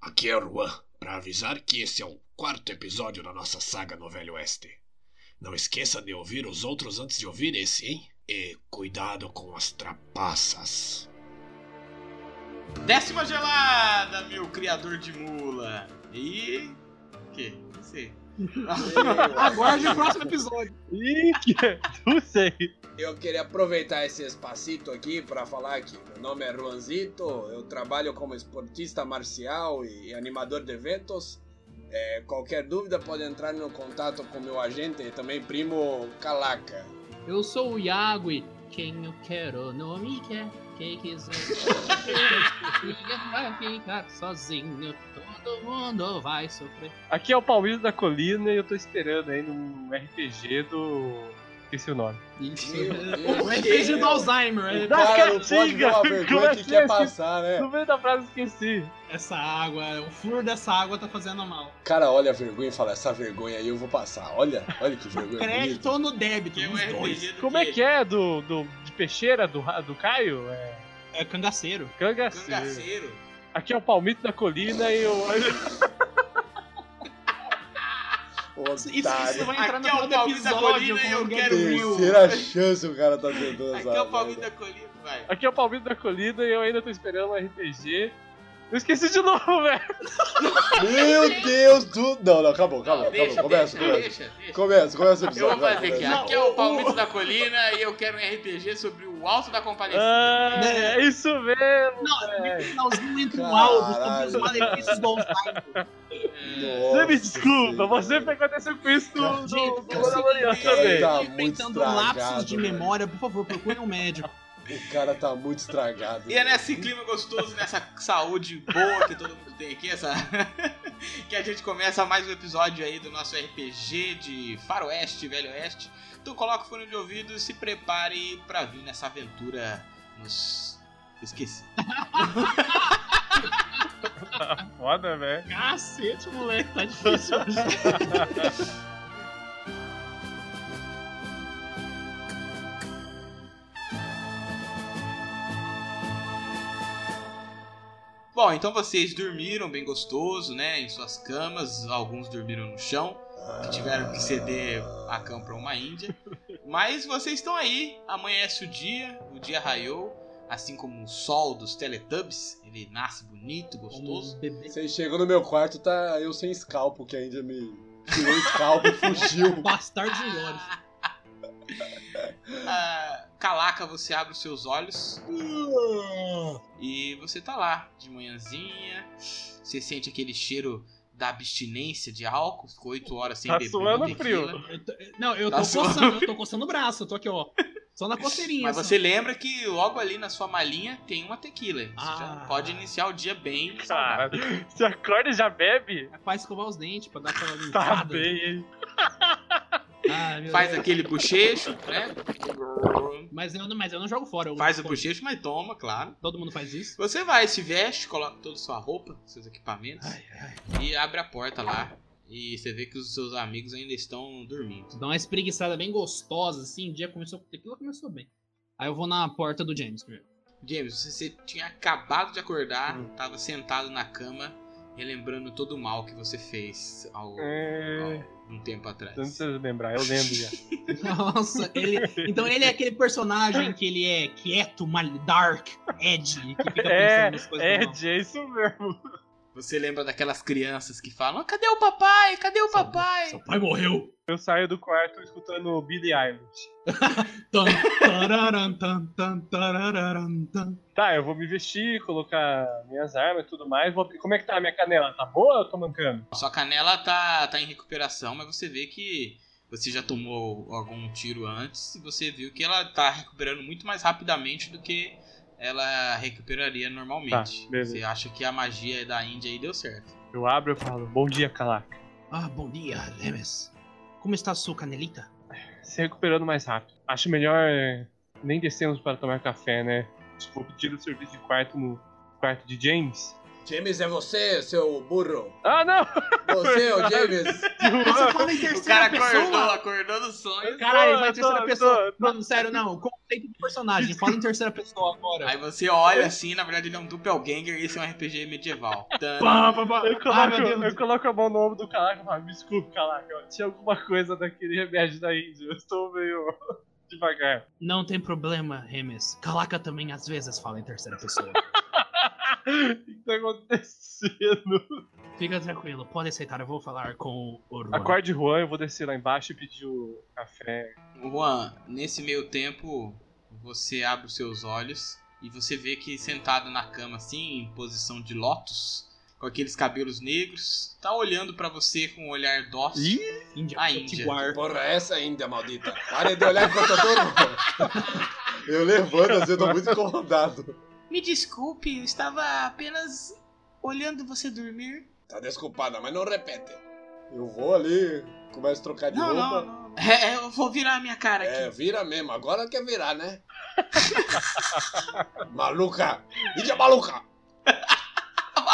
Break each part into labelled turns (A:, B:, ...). A: Aqui é Ruan, para avisar que esse é o quarto episódio da nossa saga no Velho Oeste. Não esqueça de ouvir os outros antes de ouvir esse, hein? E cuidado com as trapaças.
B: Décima gelada, meu criador de mula. E. que? Não sei.
C: Aguarde o próximo episódio.
D: Ih, que... não sei.
E: Eu queria aproveitar esse espacito aqui para falar que meu nome é Ruanzito, eu trabalho como esportista marcial e animador de eventos. É, qualquer dúvida pode entrar no contato com meu agente e também primo Calaca.
F: Eu sou o Iago e quem eu quero não me
C: é,
F: quer. Quem quiser fica, vai ficar sozinho. Todo mundo vai sofrer.
D: Aqui é o Paulino da Colina e eu tô esperando aí num RPG do. Esqueci o nome.
C: O
F: é
C: RPG do Alzheimer.
D: Da
E: Cara, não pode ver
D: Caatinga!
C: é
E: uma vergonha que
D: Comecei
E: quer
D: assim.
E: passar, né?
D: No meio da frase esqueci.
C: Essa água, o flúor dessa água tá fazendo mal.
E: Cara, olha a vergonha e fala, essa vergonha aí eu vou passar. Olha, olha que
A: É
E: vergonha
C: Crédito
E: bonita.
C: ou no débito?
B: Que é um
C: os dois.
B: RPG do
D: Como é que é do, do de peixeira do, Ra- do Caio? É
C: É cangaceiro.
D: cangaceiro.
B: Cangaceiro.
D: Aqui é o Palmito da Colina e eu.
C: Isso, isso
E: Otário.
C: vai entrar
B: Aqui é o
C: no próximo
B: Palmito da
C: episódio. é
B: Colina e
C: com
B: eu
C: alguém
B: quero
C: do Will.
E: Terceira chance o cara tá tentando
B: Aqui
E: essa.
B: é o Palmito
E: merda.
B: da Colina. Vai.
D: Aqui é o Palmito da Colina e eu ainda tô esperando o RPG. Eu esqueci de novo, velho.
E: Meu Deus do. Não, não, acabou, acabou, acabou.
B: Deixa,
E: Começa,
B: deixa,
E: começa.
B: deixa, deixa.
E: Começa, começa o
B: Eu
E: episódio.
B: vou
E: vai,
B: fazer aqui.
E: começa.
B: Aqui é o Palmito da Colina e eu quero um RPG sobre o Alto da Compadecida.
D: Ah, é isso mesmo.
C: Não, é o finalzinho entre um o Aldo sobre os
E: Caralho.
C: malefícios do Alzheimer.
E: Nossa
D: Você me desculpa,
E: senhora.
D: você foi aconteceu com isso no, no, no
C: Gente,
D: Mandaloriano
B: assim,
D: também.
E: tá muito
C: Enfrentando lapsos
E: estragado,
C: de
E: velho.
C: memória, por favor, procure um médico.
E: O cara tá muito estragado.
B: E é nesse clima gostoso, nessa saúde boa que todo mundo tem aqui, essa... que a gente começa mais um episódio aí do nosso RPG de Faroeste, Velho Oeste. Então coloca o fone de ouvido e se prepare pra vir nessa aventura nos... Esqueci.
D: Foda, velho.
C: Cacete, moleque, tá difícil hoje.
B: Bom, então vocês dormiram bem gostoso, né, em suas camas. Alguns dormiram no chão, que tiveram que ceder a cama pra uma índia. Mas vocês estão aí, amanhece o dia, o dia raiou. Assim como o sol dos Teletubbies, ele nasce bonito, gostoso.
E: Você chegou no meu quarto, tá eu sem escalpo, que a Índia me tirou o escalpo e fugiu.
C: Bastardo de Lore.
D: Hum.
B: Ah, calaca, você abre os seus olhos e você tá lá de manhãzinha. Você sente aquele cheiro da abstinência de álcool, ficou 8 horas sem
D: Tá
B: beber.
D: suando
B: tequila.
D: frio.
C: Eu tô- Não, eu
B: Tá
C: tô
B: suando.
C: coçando, eu tô coçando o braço, eu tô aqui, ó. Só na coceirinha.
B: Mas
C: só.
B: você lembra que logo ali na sua malinha tem uma tequila. Você já
C: Ah.
B: pode iniciar o dia bem.
D: Cara, você Tá. acorda e já bebe?
F: Tá
C: Faz escovar os dentes pra dar aquela limpada.
D: Tá bem, hein?
C: Ah, meu
B: Faz
C: Deus.
B: aquele bochecho, né?
C: Mas eu, não- mas eu não jogo fora. Eu
B: Faz o
C: como.
B: bochecho, mas toma, claro.
C: Todo mundo faz isso.
B: Você vai, se veste, coloca toda a sua roupa, seus equipamentos. E abre a porta lá. E você vê que os seus amigos ainda estão dormindo.
C: Dá uma espreguiçada bem gostosa, assim. O dia começou com tequila, começou bem. Aí eu vou na porta do James primeiro.
B: James, você, você tinha acabado de acordar, tava sentado na cama, relembrando todo o mal que você fez ao,
D: É...
B: ao- um tempo atrás.
D: Não precisa lembrar, eu lembro já.
C: Nossa, ele. Então ele é aquele personagem que ele é quieto, mal, dark, Ed, que fica pensando
D: É,
C: nas coisas.
D: É,
C: não.
D: é isso mesmo.
B: Você lembra daquelas crianças que falam: "Ah, cadê o papai? Cadê o
C: Seu-
B: papai?
C: Seu pai morreu.
D: Eu saio do quarto escutando Billie Eilish.
C: Tan, tararam, tan, tan, tararam, tan.
D: Tá, eu vou me vestir, colocar minhas armas e tudo mais. Vou... Como é que tá a minha canela? Tá boa ou eu tô mancando?
B: Sua canela tá, tá em recuperação, mas você vê que você já tomou algum tiro antes e você viu que ela tá recuperando muito mais rapidamente do que ela recuperaria normalmente.
D: Tá, beleza.
B: você acha que a magia da Índia aí deu certo.
D: Eu abro e falo, bom dia, Calaca.
C: Ah, bom dia, Lemes. Como está a sua
F: né?
C: canelita?
D: Se recuperando mais rápido. Acho melhor eh, nem descermos para tomar café, né? Tipo, pedir o serviço de quarto no quarto de James.
E: James, é você, seu burro.
D: Ah, não!
E: Você, o James.
F: Você fala em
B: O
F: terceira
B: cara acordou,
F: pessoa.
B: acordou do sonho.
F: Caralho,
D: Eu
F: vai em
D: tô,
F: terceira
D: eu tô,
F: pessoa.
D: eu tô.
F: Mano, sério, não. O conceito do personagem. Fala em terceira pessoa agora.
B: Aí você olha assim, na verdade ele é um doppelganger e esse é um RPG medieval. Tan.
F: Pá, pá, pá.
D: Eu
F: Ah,
D: coloco,
F: meu Deus.
D: eu coloco a mão no ombro do Calaca e falo, me desculpe, Calaca, tinha alguma coisa daquele remédio da Índia, eu estou meio devagar.
F: Não tem problema, Remes. Calaca também às vezes fala em terceira pessoa.
D: O que tá acontecendo?
F: Fica tranquilo, pode aceitar. Eu vou falar com o Ruan.
D: Acorde, Juan, eu vou descer lá embaixo e pedir o café.
B: Juan, nesse meio tempo, você abre os seus olhos e você vê que sentado na cama assim, em posição de lótus, com aqueles cabelos negros, tá olhando pra você com um olhar dócil.
D: Ih,
F: Índia.
B: A Índia.
F: Potiguar.
E: Porra, é essa ainda, maldita. Pare de olhar enquanto eu durmo. Eu levanto, assim, eu tô muito incomodado.
B: Me desculpe, eu estava apenas olhando você dormir.
E: Tá desculpada, mas não repete. Eu vou ali, começo a trocar de
B: Não,
E: roupa.
B: não, não. É, eu vou virar a minha cara
E: É,
B: aqui.
E: vira mesmo. Agora quer virar, né? maluca! Índia maluca!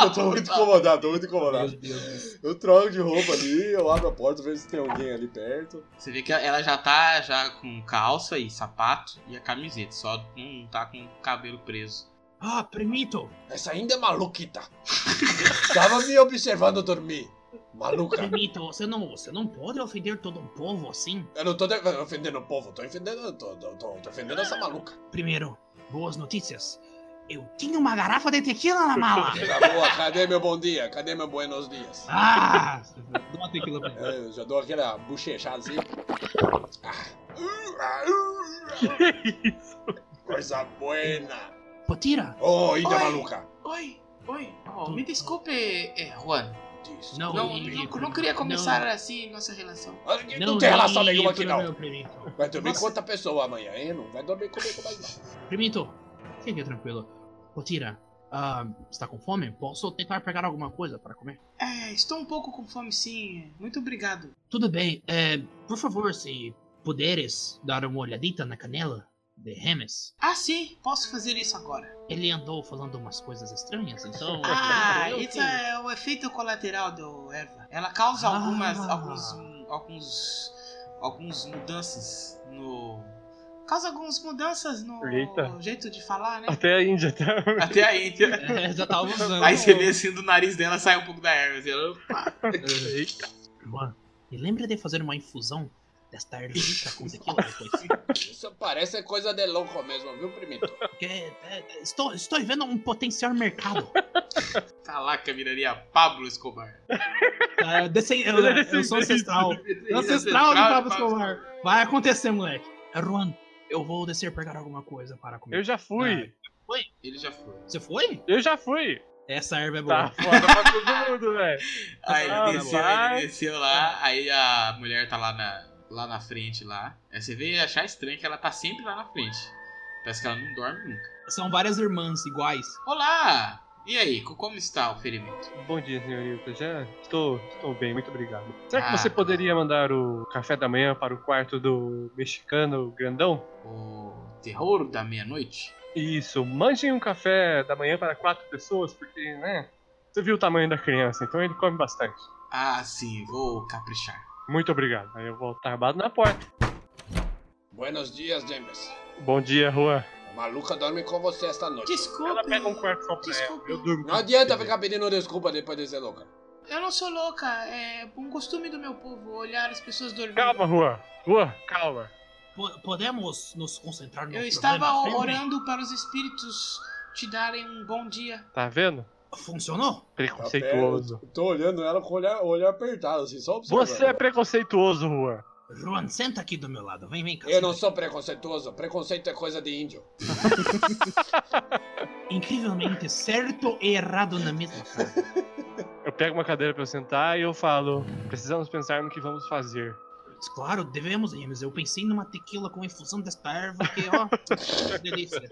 E: Eu tô muito incomodado, tô muito
F: Meu
E: incomodado.
F: Deus.
E: Eu troco de roupa ali, eu abro a porta, vejo se tem alguém ali perto.
B: Você vê que ela já tá já com calça e sapato e a camiseta, só não tá com o cabelo preso.
F: Ah, primito.
E: Essa ainda é maluquita. Tava me observando dormir. Maluca.
F: Primito, você não, você não pode ofender todo um povo assim.
E: Eu não tô de- ofendendo o povo, tô ofendendo, tô, tô, tô- tô ofendendo essa maluca.
F: Primeiro, boas notícias. Eu tinha uma garrafa de tequila na
B: Ah.
F: mala.
E: Tá boa, cadê meu bom dia? Cadê meu buenos dias?
F: Ah! Dá uma tequila pra mim.
E: É, Eu já dou aquela bochechada assim. Ah. Coisa buena.
F: Potira,
E: Ô, oh, Índia
B: Oi.
E: maluca.
B: Oi, oi. Oh, me desculpe, é, Juan.
E: Diz.
F: Não,
B: Não,
F: Ih,
B: não,
F: primo,
B: não queria começar
F: não.
B: assim nossa relação.
E: Olha que Não,
F: não
E: tem relação
F: ligue
E: nenhuma aqui
F: pro
E: não.
F: meu primito.
E: Vai dormir
B: Nossa.
E: com outra pessoa amanhã, hein? Não vai dormir comigo mais não.
F: Primito, fique tranquilo. Potira, ah, está com fome? Posso tentar pegar alguma coisa para comer?
B: É, estou um pouco com fome sim. é. Muito obrigado.
F: Tudo bem, é, por favor, se puderes dar uma olhadita na canela de Remes.
B: Ah, sim, posso fazer isso agora.
F: Ele andou falando umas coisas estranhas, então.
B: Ah,
F: eu
B: isso
F: tenho-
B: é o efeito colateral do erva. Ela causa
F: Ah.
B: algumas, alguns, alguns, alguns mudanças no, causa algumas mudanças no
D: Eita.
B: jeito de falar, né?
D: até a Índia, até
B: Até a Índia.
F: É, já tava usando.
B: Aí você vê assim do nariz dela sai um pouco da erva. assim, ela-
D: Eita.
F: Juan, me lembra de fazer uma infusão desta ervita com tequila depois?
E: Isso parece coisa de louco mesmo, viu, primito?
F: Porque é, estou, estou vendo um potencial mercado.
B: Calaca, viraria Pablo Escobar.
F: Ah, eu desci- eu, eu sou ancestral.
B: é
F: Eu sou ancestral de Pablo Escolar. Vai acontecer, moleque. É, Juan, eu vou descer pegar alguma coisa para comer.
D: Eu já fui,
B: Ele já foi.
F: Você foi?
D: eu já fui.
F: Essa erva é
D: Tá
F: boa.
D: foda pra todo mundo, velho.
B: Aí
D: Ah,
B: ele desceu,
D: vai.
B: ele desceu lá, aí a mulher tá lá na, lá na frente lá. Aí você vê achar estranho que ela tá sempre lá na frente. Parece que ela não dorme nunca.
F: São várias irmãs iguais.
B: Olá! E aí, co- como está o ferimento?
D: Bom dia, senhorita. Já estou, estou bem, muito obrigado. Será que
B: Ah.
D: você poderia mandar o café da manhã para o quarto do mexicano grandão?
B: O terror da meia-noite?
D: Isso, mandem um café da manhã para quatro pessoas, porque, né? Você viu o tamanho da criança, então ele come bastante.
B: Ah, sim, vou caprichar.
D: Muito obrigado. Aí eu volto armado na porta.
E: Buenos dias, James.
D: Bom dia, Juan.
E: A maluca dorme com você esta noite.
D: Ela
B: Desculpe,
D: pega um quarto só pra ela.
B: desculpe.
D: Eu durmo. com
E: Não adianta
D: você.
E: ficar pedindo desculpa depois de ser louca.
B: Eu não sou louca, é um costume do meu povo olhar as pessoas dormindo.
D: Calma, Juan. Juan, calma.
F: Po- podemos nos concentrar no
B: Eu
F: problema
B: estava
F: à frente?
B: orando para os espíritos te darem um bom dia.
D: Tá vendo?
F: Funcionou?
D: Tá Preconceituoso.
E: Tô olhando ela com o olhar, olhar apertado, assim, só observando.
D: Você é preconceituoso, Juan.
F: Juan, senta aqui do meu lado. Vem, vem cá.
E: Eu não
F: senta
E: sou preconceituoso. Preconceito é coisa de índio.
F: aqui. Incrivelmente certo e errado na mesma frase.
D: Eu pego uma cadeira pra eu sentar e eu falo: precisamos pensar no que vamos fazer.
F: Mas, Claro, devemos, Remes. Eu pensei numa tequila com infusão desta erva que, ó, delícia.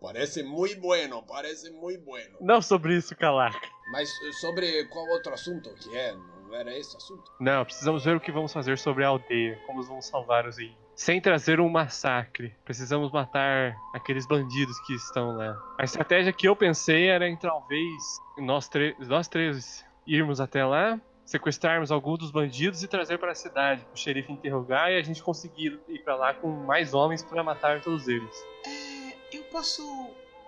E: Parece muito bueno, parece muito bueno.
D: Não sobre isso, Calaca.
E: Mas eh, sobre qual outro assunto que é? Não era esse assunto?
D: Não, precisamos ver o que vamos fazer sobre a aldeia, como vamos salvar os índios. sem trazer um massacre. Precisamos matar aqueles bandidos que estão lá. A estratégia que eu pensei era em talvez nós, tre- nós três irmos até lá, sequestrarmos algum dos bandidos e trazer para a cidade, o xerife interrogar e a gente conseguir ir para lá com mais homens para matar todos eles.
B: É, eu posso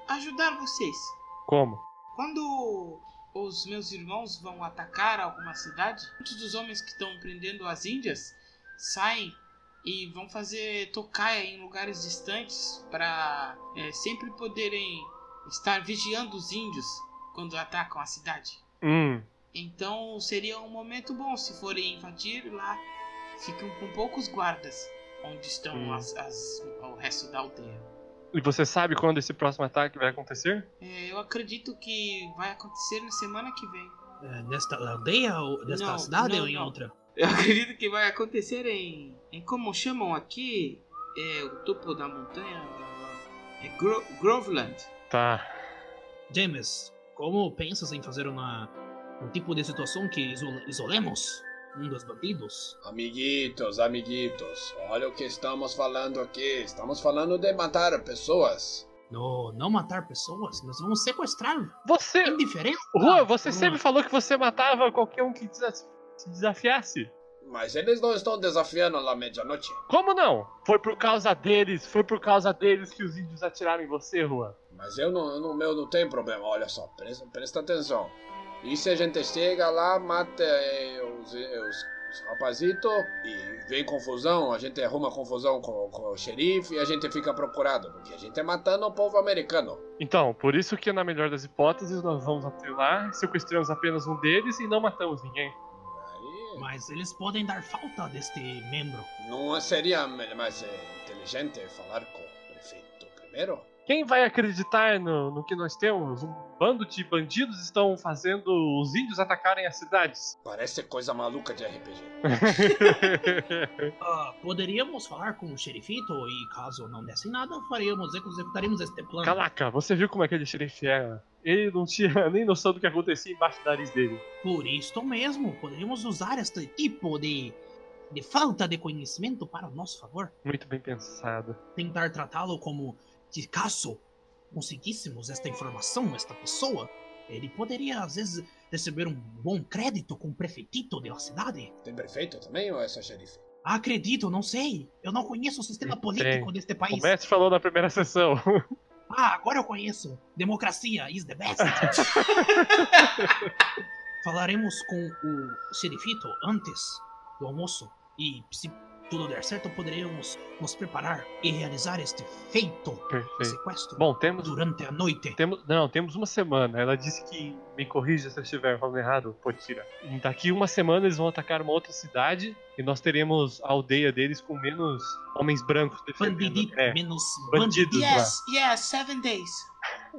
B: ajudar vocês.
D: Como?
B: Quando os meus irmãos vão atacar alguma cidade, muitos dos homens que estão prendendo as índias saem e vão fazer tocaia em lugares distantes para sempre poderem estar vigiando os índios quando atacam a cidade.
D: Hum,
B: Então seria um momento bom se forem invadir lá, ficam com poucos guardas onde estão
D: Hum.
B: as- as- o resto da aldeia.
D: e você sabe quando esse próximo ataque vai acontecer?
B: É, eu acredito que vai acontecer na semana que vem.
F: É, Nesta aldeia ou desta
B: Não,
F: cidade
B: não,
F: ou em
B: não.
F: outra?
B: Eu acredito que vai acontecer em. em como chamam aqui. É o topo da montanha. É Gro- Groveland.
D: Tá.
F: James, como pensas em fazer uma, um tipo de situação que iso- isolemos um dos bandidos?
A: Amiguitos, amiguitos, olha o que estamos falando aqui. Estamos falando de matar pessoas.
F: Não, não matar pessoas, nós vamos sequestrá-lo.
D: Você,
F: Indiferente.
D: Juan, você sempre falou que você matava qualquer um que desaf- se desafiasse.
A: Mas eles não estão desafiando lá meia-noite.
D: Como não? Foi por causa deles, foi por causa deles que os índios atiraram em você, Juan.
A: Mas eu não, no meu não tem problema. Olha só, presta, presta atenção. E se a gente chega lá, mata eh, os, eh, os, os rapazitos e vem confusão, a gente arruma confusão com, com o xerife e a gente fica procurado, porque a gente é matando o povo americano.
D: Então, por isso que na melhor das hipóteses nós vamos até lá, sequestramos apenas um deles e não matamos ninguém.
A: Aí
F: Mas eles podem dar falta deste membro.
A: não seria me- mais eh, inteligente falar com o prefeito primeiro?
D: Quem vai acreditar no, no que nós temos? Um bando de bandidos estão fazendo os índios atacarem as cidades.
A: Parece coisa maluca de RPG.
F: Ah, poderíamos falar com o xerifito e caso não desse nada, faríamos, executaremos este plano.
D: Calaca, você viu como é aquele xerife era? Ele não tinha nem noção do que acontecia embaixo do nariz dele.
F: Por isto mesmo, poderíamos usar este tipo de, de falta de conhecimento para o nosso favor.
D: Muito bem pensado.
F: Tentar tratá-lo como de caso conseguíssemos esta informação, esta pessoa, ele poderia às vezes receber um bom crédito com o prefeitito da cidade.
A: Tem prefeito também ou é só xerife?
F: Acredito, não sei. Eu não conheço o sistema político deste
D: O
F: país.
D: mestre falou na primeira sessão.
F: Ah, agora eu conheço. Democracia is the best. Falaremos com o xerifito antes do almoço e se tudo der certo poderemos nos preparar e realizar este feito
D: Perfeito.
F: sequestro
D: Assim, Bom, temos
F: durante a noite.
D: Temos, não, temos uma semana. Ela disse que. Me corrija se eu estiver falando errado, Potira. E Daqui uma semana eles vão atacar uma outra cidade e nós teremos a aldeia deles com menos homens brancos defendendo.
F: Bandidito,
D: É.
F: menos
D: Bandidos
F: bandido.
D: lá.
B: Yes, yes, seven days.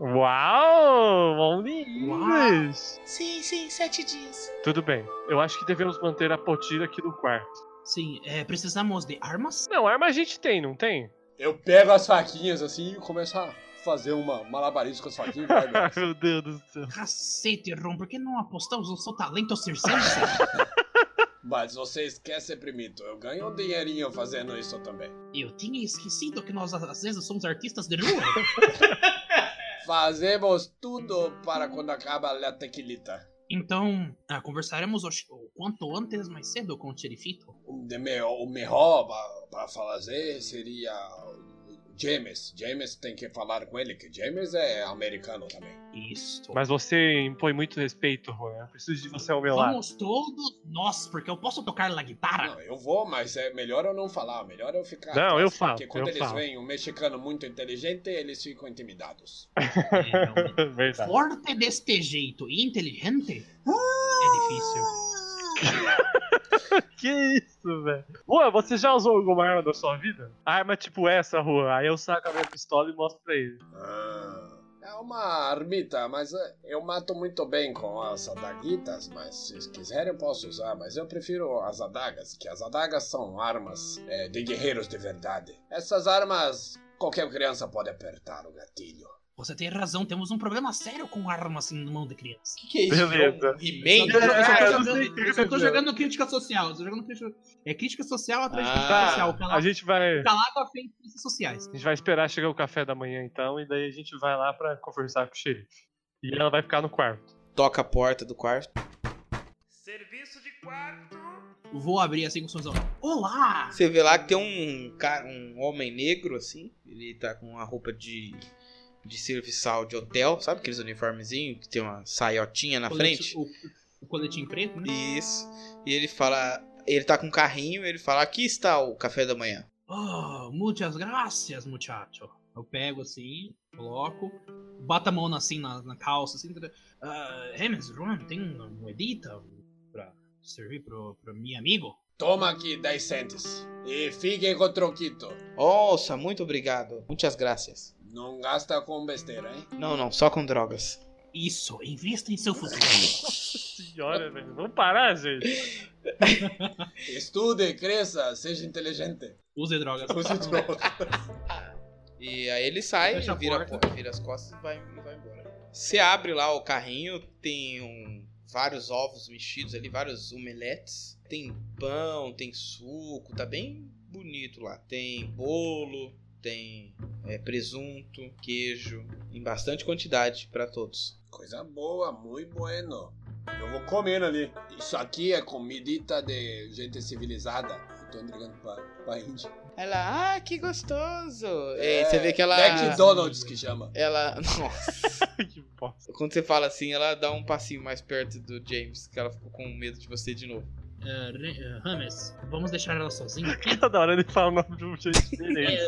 D: Uau! Only English!
B: Sim, sim, sete dias.
D: Tudo bem. Eu acho que devemos manter a Potira aqui no quarto.
F: Sim, é, precisamos de armas.
D: Não, arma a gente tem, não tem?
A: Eu pego as faquinhas assim e começo a fazer uma malabarismo com as faquinhas. né,
D: Ah,
A: pego.
D: meu Deus do céu.
F: Cacete, Ron, por que não apostamos no seu talento circense?
A: Mas você esquece, primito. Eu ganho um dinheirinho fazendo isso também.
F: Eu tinha esquecido que nós às vezes somos artistas de rua.
A: Fazemos tudo para quando acaba a tequilita.
F: Então, ah, conversaremos o, o quanto antes mais cedo com o xerifito.
A: O de me- o melhor pa- para fazer seria o James. James tem que falar com ele, que James é americano também.
F: Isso.
D: Mas você impõe muito respeito, Juan. Eu preciso de você ao meu lado.
F: Vamos todos nós, porque eu posso tocar na guitarra.
G: Ah.
A: Não, eu vou, mas é melhor eu não falar. Melhor eu ficar.
D: Não,
A: atrás,
D: eu falo,
A: Porque quando
D: eu
A: eles
D: falo.
A: veem um mexicano muito inteligente, eles ficam intimidados.
F: É,
D: Verdade.
F: Forte deste jeito e inteligente é difícil.
D: Que isso, velho? Juan, você já usou alguma arma da sua vida? Arma tipo essa, Juan. Aí eu saco a minha pistola e mostro pra ele.
A: Ah, é uma armita, mas é, eu mato muito bem com as adaguitas, mas se quiser eu posso usar, mas eu prefiro as adagas, que as adagas são armas eh, é, de guerreiros de verdade. Essas armas qualquer criança pode apertar o gatilho.
F: Você tem razão, temos um problema sério com armas na mão de criança.
G: que, que é isso?
D: Beleza.
G: Um He-Man?
F: Eu só tô- eu só tô
D: É, eu
F: jogando-
D: sei,
F: eu só tô
D: entendeu?
F: jogando crítica social. eu tô jogando crítica- É crítica social atrás de
G: Ah,
F: crítica social.
D: A
F: Calado,
D: gente vai.
F: calado fez críticas sociais.
D: A gente vai esperar chegar o café da manhã então, e daí a gente vai lá pra conversar com o xerife. E ela vai ficar no quarto.
G: Toca a porta do quarto.
H: Serviço de quarto.
F: Vou abrir assim com o somzão. Olá!
G: Você vê lá que tem um cara, um homem negro assim. Ele tá com uma roupa de de serviçal de hotel, sabe aqueles uniformezinhos que tem uma saiotinha na frente?
F: Colete- O, o coletinho preto, né?
G: Isso. E ele fala, ele tá com um carrinho, ele fala: "Aqui está o café da manhã".
F: Oh, muitas gracias, muchacho. Eu pego assim, coloco, bato a mão assim na, na calça, assim. Uh, Remes, Juan, tem uma moedita pra servir pro, pro meu amigo?
E: Toma aqui 10 centes. E fiquem com o troquito.
G: Nossa, muito obrigado. Muitas graças.
E: Não gasta com besteira, hein?
G: Não, não, só com drogas.
F: Isso, invista em seu futuro.
D: Senhora, velho. Vamos parar, gente.
E: Estude, cresça, seja inteligente.
F: Use drogas.
E: Use drogas.
G: E aí ele sai,
F: Fecha a
G: vira, a
F: porta.
G: porta, vira as costas e vai, e vai embora. Você abre lá o carrinho, tem um- vários ovos mexidos ali, vários omeletes. Tem pão, tem suco, tá bem bonito lá. Tem bolo, tem é, presunto, queijo, em bastante quantidade pra todos.
E: Coisa boa, muito bueno. Eu vou comendo ali. Isso aqui é comidita de gente civilizada. Eu tô entregando pra, pra Índia.
G: Ela, ah, que gostoso! É, E você vê que ela.
E: McDonald's que chama.
G: Ela. Nossa.
D: que bosta.
G: Quando você fala assim, ela dá um passinho mais perto do James, que ela ficou com medo de você de novo.
F: Ah, Re- ah, Rames, vamos deixar ela sozinha?
D: Toda hora ele fala o nome de um jeito diferente.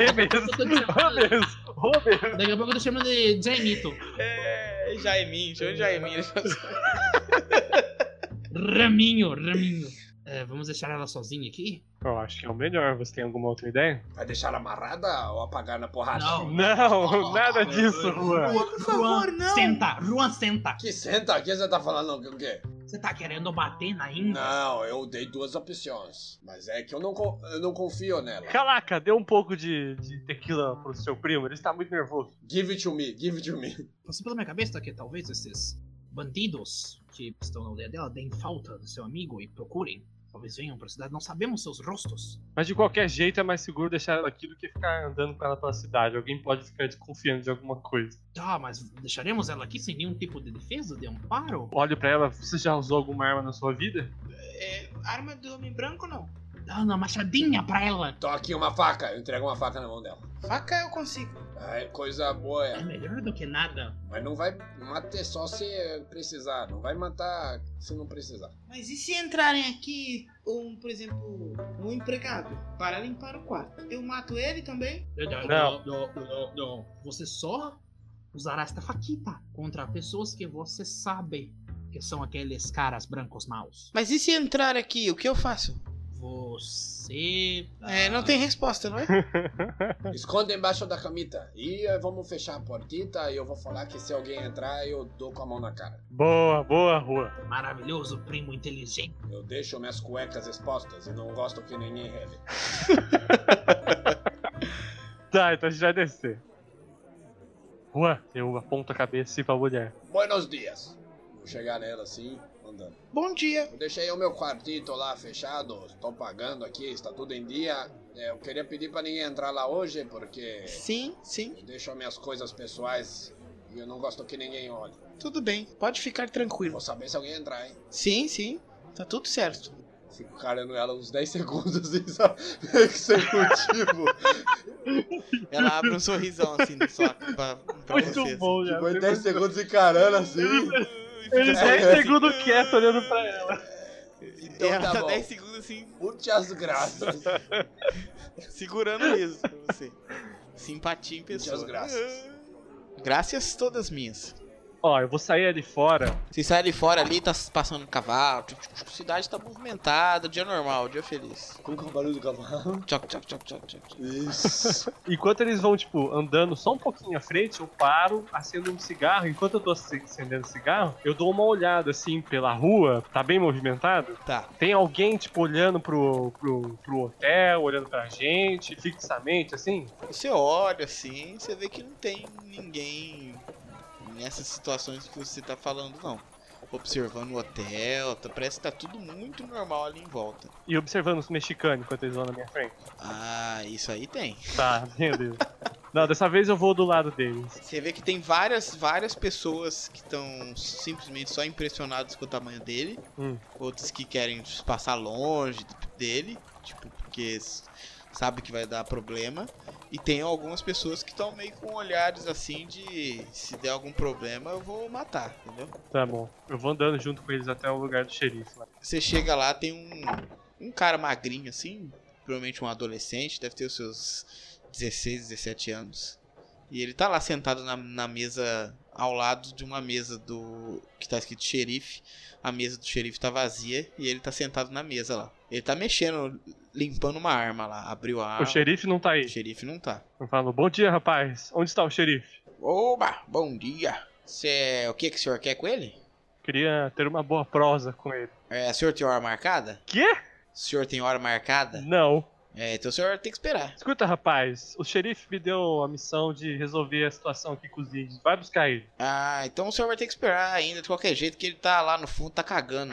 F: É,
D: É mesmo. É mesmo. Ô, mesmo.
F: daqui a pouco eu tô chamando de Jaimito.
G: É, Jaimin, chama de Jaimin. Ele fala assim,
F: Raminho, Raminho. É, vamos deixar ela sozinha aqui?
D: Eu acho que é o melhor. Você tem alguma outra ideia?
E: Vai deixar amarrada ou apagar na porrada?
F: Não.
D: Não, nada disso, Luan.
F: Por favor, não! Senta, Juan, senta.
E: Que senta aqui, você tá falando que o quê?
F: Você tá querendo bater na Índia?
E: Não, eu dei duas opções. Mas é que eu não, co- eu não confio nela.
D: Calaca, dê um pouco de, de tequila pro seu primo. Ele está muito nervoso.
E: Give it to me, give it to me.
F: Passou pela minha cabeça que talvez esses bandidos que estão na aldeia dela deem falta do seu amigo e procurem. Talvez venham pra cidade, não sabemos seus rostos.
D: Mas de qualquer jeito é mais seguro deixar ela aqui do que ficar andando com ela pela cidade. Alguém pode ficar desconfiando de alguma coisa.
F: Tá, mas deixaremos ela aqui sem nenhum tipo de defesa, de amparo?
D: Olho pra ela. Você já usou alguma arma na sua vida?
G: é, arma do homem branco não.
F: Dá uma machadinha pra ela.
E: Tô aqui uma faca, eu entrego uma faca na mão dela.
G: Faca eu consigo.
E: Ai, coisa boa.
F: É
E: é.
F: melhor do que nada.
E: Mas não vai matar só se precisar. Não vai matar se não precisar.
B: Mas e se entrarem aqui, um, por exemplo, um empregado para limpar o quarto? Eu mato ele também?
D: Não.
F: não, não, não. Você só usará esta faquita contra pessoas que você sabe que são aqueles caras brancos maus.
G: Mas e se entrar aqui, o que eu faço?
F: Você.
G: É, não
B: Ah.
G: tem resposta, não é?
E: Esconda embaixo da camita. E eh, vamos fechar a portita e eu vou falar que se alguém entrar, eu dou com a mão na cara.
D: Boa, boa, rua.
F: Maravilhoso primo inteligente.
E: Eu deixo minhas cuecas expostas e não gosto que ninguém rele.
D: Tá, então a gente vai descer. Rua, eu aponto a cabeça e pra mulher.
E: Buenos dias. Vou chegar nela assim, andando.
G: Bom dia.
E: Eu deixei o meu quartito lá fechado, estou pagando aqui, está tudo em dia. É, Eu queria pedir para ninguém entrar lá hoje, porque
G: Sim, sim,
E: eu deixo minhas coisas pessoais e eu não gosto que ninguém olhe.
G: tudo bem. Pode ficar tranquilo.
E: Vou saber se alguém entrar, hein?
G: Sim, sim, tá tudo certo.
E: Fico carando ela uns 10 segundos, assim, sabe? Meio que Sem motivo.
G: Ela abre um sorrisão assim do saco pra, pra Então, vocês.
D: bom, né?" já.
E: Ficou 10 segundos encarando, assim.
D: Ele
E: É.
D: 10 segundos quieto olhando pra ela.
E: Então
G: ela
E: tá
G: assim, "Ah." tá
E: bom.
G: 10 segundos assim,
E: Muitas graças.
G: segurando o riso pra você. Simpatia em pessoa.
E: graças.
G: Graças todas minhas.
D: Ó, eu vou sair ali fora.
G: Vocês saem ali fora ali, tá passando cavalo. tchuc, tchuc, tchuc, Cidade tá movimentada, dia normal, dia feliz.
E: Como que é o barulho do cavalo?
G: Tchoc, tchoc, tchoc, tchoc, tchoc. tchoc.
E: Isso.
D: Enquanto eles vão, tipo, andando só um pouquinho à frente, eu paro, acendo um cigarro. Enquanto eu tô ac- acendendo o cigarro, eu dou uma olhada, assim, pela rua. Tá bem movimentado?
G: Tá.
D: Tem alguém, tipo, olhando pro, pro, pro hotel, olhando pra gente, fixamente, assim?
G: Você olha assim, você vê que não tem ninguém nessas situações que você tá falando, não. Observando o hotel, tá- parece que tá tudo muito normal ali em volta.
D: E observando os mexicanos enquanto eles vão na minha frente.
G: Ah, isso aí tem.
D: Tá, meu Deus. Não, dessa vez eu vou do lado deles.
G: Você vê que tem várias, várias pessoas que estão simplesmente só impressionadas com o tamanho dele.
D: Hum.
G: Outros que querem passar longe do- dele, tipo, porque s- sabe que vai dar problema. E tem algumas pessoas que estão meio com olhares assim de se der algum problema eu vou matar, entendeu?
D: Tá bom. Eu vou andando junto com eles até o lugar do xerife lá.
G: Você chega lá, tem um, um cara magrinho assim, provavelmente um adolescente, deve ter os seus 16, 17 anos. E ele tá lá sentado na, na mesa, ao lado de uma mesa do. que tá escrito xerife. A mesa do xerife tá vazia e ele tá sentado na mesa lá. Ele tá mexendo, limpando uma arma lá, abriu a arma.
D: O xerife não tá
G: O
D: aí.
G: xerife não tá.
D: Eu falo, bom dia, rapaz. Onde está o xerife?
G: Oba, bom dia. Cê, o que, que o senhor quer com ele?
D: Queria ter uma boa prosa com ele.
G: É, o senhor tem hora marcada?
D: Quê?
G: O senhor tem hora marcada?
D: Não.
G: É, então o senhor tem que esperar.
D: Escuta, rapaz, o xerife me deu a missão de resolver a situação aqui com os índios. Vai buscar ele.
G: Ah, então o senhor vai ter que esperar ainda, de qualquer jeito, que ele tá lá no fundo, tá cagando.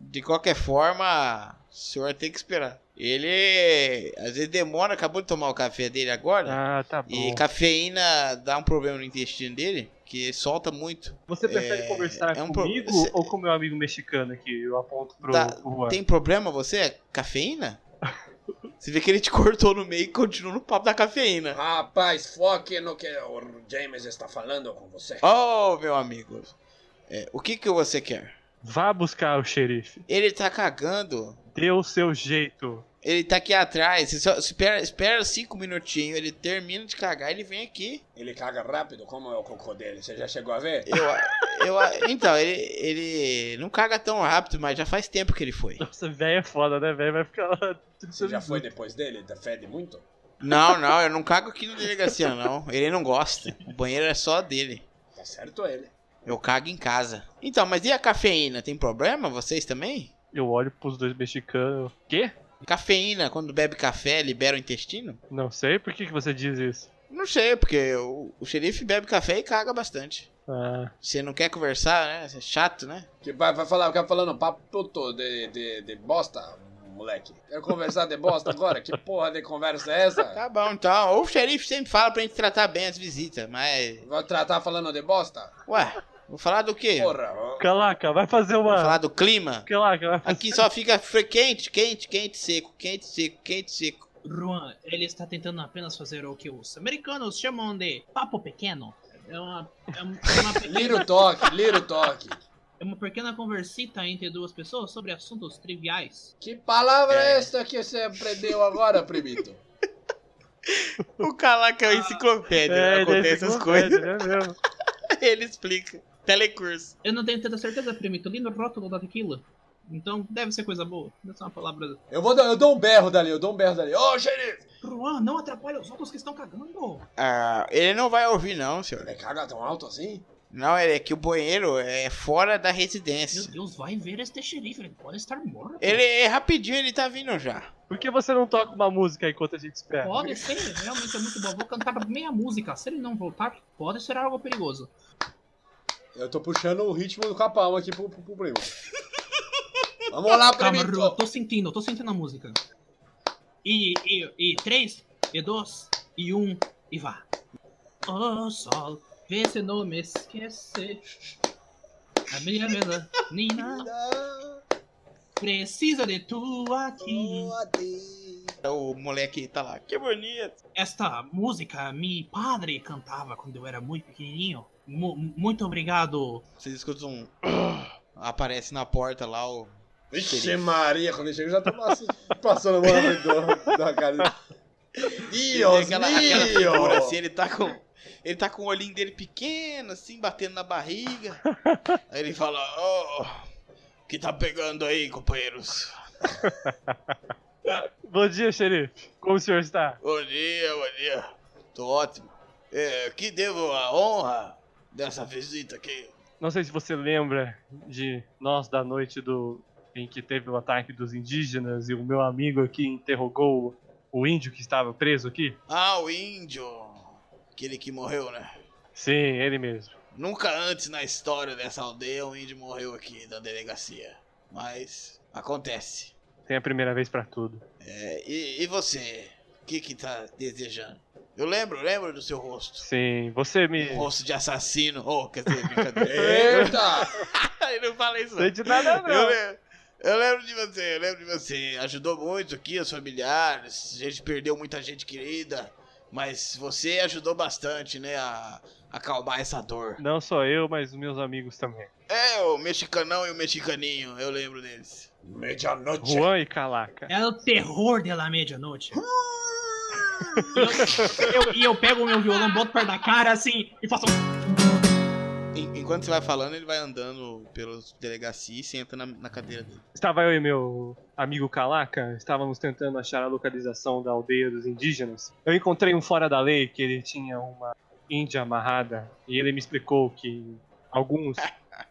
G: de qualquer forma, o senhor tem que esperar. Ele, às vezes demora, acabou de tomar o café dele agora.
D: Ah, tá bom.
G: e cafeína dá um problema no intestino dele, que ele solta muito.
D: Você prefere
G: é-
D: conversar
G: é um pro-
D: comigo
G: cê-
D: ou com meu amigo mexicano aqui? Eu aponto pro,
G: Tá,
D: pro Juan.
G: Tem problema você? Cafeína? Você vê que ele te cortou no meio e continua no papo da cafeína.
E: Rapaz, foque no que o James está falando com você.
G: Oh, meu amigo. É, o que que você quer?
D: Vá buscar o xerife.
G: Ele tá cagando.
D: Dê o seu jeito.
G: Ele tá aqui atrás. Você só espera, espera cinco minutinhos. Ele termina de cagar, ele vem aqui.
E: Ele caga rápido, como é o cocô dele? Você já chegou a ver?
G: Eu, eu, então, ele, ele não caga tão rápido, mas já faz tempo que ele foi.
D: Nossa, velho é foda, né, velho? Vai ficar lá.
E: Você já foi depois dele? Fede muito?
G: Não, não, eu não cago aqui na delegacia, não. Ele não gosta. O banheiro é só dele.
E: Tá certo ele.
G: Eu cago em casa. Então, mas e a cafeína? Tem problema? Vocês também?
D: Eu olho pros dois mexicanos. Quê?
G: Cafeína, quando bebe café, libera o intestino?
D: Não sei por que, que você diz isso.
G: Não sei, porque o, o xerife bebe café e caga bastante.
D: Ah,
G: Você não quer conversar, né? Você é chato, né?
E: Que vai, vai falar, ficar falando papo todo de, de, de bosta, moleque. Quer conversar de bosta agora? Que porra de conversa é essa?
G: Tá bom, então. Ou o xerife sempre fala pra gente tratar bem as visitas, mas.
E: Vai tratar falando de bosta?
G: Ué, vou falar do quê? Vou
E: Porra, ó.
D: calaca, vai fazer uma.
G: falar do clima?
D: Calaca, vai fazer.
G: Aqui só fica fre- quente, quente, quente, seco, quente, seco, quente, seco.
C: Ruan, ele está tentando apenas fazer o que os americanos chamam de papo pequeno. É uma, é um- é uma, pequena,
E: Little toque, little toque.
C: é uma pequena conversita entre duas pessoas sobre assuntos triviais.
E: Que palavra é esta que você aprendeu agora, primito?
G: O Calaca é uma enciclopédia. acontece essas coisas.
D: É mesmo.
G: Ele explica. Telecurso.
C: Eu não tenho tanta certeza, primito. Li no rótulo da tequila. Então deve ser coisa boa. Deve ser uma palavra.
E: Eu vou dar, eu dou um berro dali, eu dou um berro dali. Ô, xerife!
C: Ruan, não atrapalha os outros que estão cagando.
G: Ah, ele não vai ouvir, não, senhor.
E: Ele caga tão alto assim?
G: Não, ele- é que o banheiro é fora da
C: Meu
G: residência.
C: Deus, vai ver este xerife. Ele pode estar morto.
G: Ele é rapidinho, ele tá vindo já.
D: Por que você não toca uma música enquanto a gente espera?
C: Pode ser, realmente é muito bom. Vou cantar meia música. Se ele não voltar, pode ser algo perigoso.
E: Eu tô puxando o ritmo do capão aqui pro, pro, pro primo. Vamos lá,
C: Calma, Ru, eu
E: primito!
C: tô sentindo, eu tô sentindo a música. E, e, e três, e dois, e um, e vá. Ô sol, vê se não me esquecer. A minha menina precisa de tu aqui.
G: O moleque tá lá. Que bonito.
C: Esta música meu padre cantava quando eu era muito pequenininho. Mu- muito obrigado.
G: Vocês escutam um. Aparece na porta lá o
E: Vixe Maria, quando ele chega eu já tô pass- passando a mão na frente do- da cara.
G: Ele tem
E: Dios
G: aquela, aquela figura assim,
E: mío!
G: ele tá com. Ele tá com o olhinho dele pequeno, assim, batendo na barriga. Aí ele fala: Ó, o que tá pegando aí, companheiros?
D: Bom dia, xerife. Como o senhor está?
G: Bom dia, bom dia. Tô ótimo. É, que devo a honra dessa visita aqui?
D: Não sei se você lembra de nós da noite do em que teve o ataque dos indígenas e o meu amigo aqui interrogou o índio que estava preso aqui?
G: Ah, o índio. Aquele que morreu, né?
D: Sim, ele mesmo.
G: Nunca antes na história dessa aldeia um índio morreu aqui da delegacia. Mas acontece.
D: Tem a primeira vez pra tudo.
G: É, e, e você? O que que tá desejando? Eu lembro, lembro do seu rosto.
D: Sim, você me.
G: Um rosto de assassino. Oh, quer dizer, brincadeira.
A: Eita!
G: Eu não falei isso.
D: Sei de nada,
G: Eu,
D: não.
G: le- eu lembro de você, eu lembro de você. Ajudou muito aqui os familiares, a gente perdeu muita gente querida, mas você ajudou bastante, né, a a acalmar essa dor.
D: Não só eu, mas meus amigos também.
G: É, o mexicanão e o mexicaninho, eu lembro deles.
A: Medianoite.
D: Juan e Calaca.
F: É o terror de la meia-noite. E eu, e eu pego o meu violão, boto perto da cara assim e faço um.
G: enquanto você vai falando, ele vai andando pela delegacia e senta na, cadeira dele.
D: Estava eu e meu amigo Calaca, estávamos tentando achar a localização da aldeia dos indígenas. Eu encontrei um fora da lei que ele tinha uma índia amarrada e ele me explicou que alguns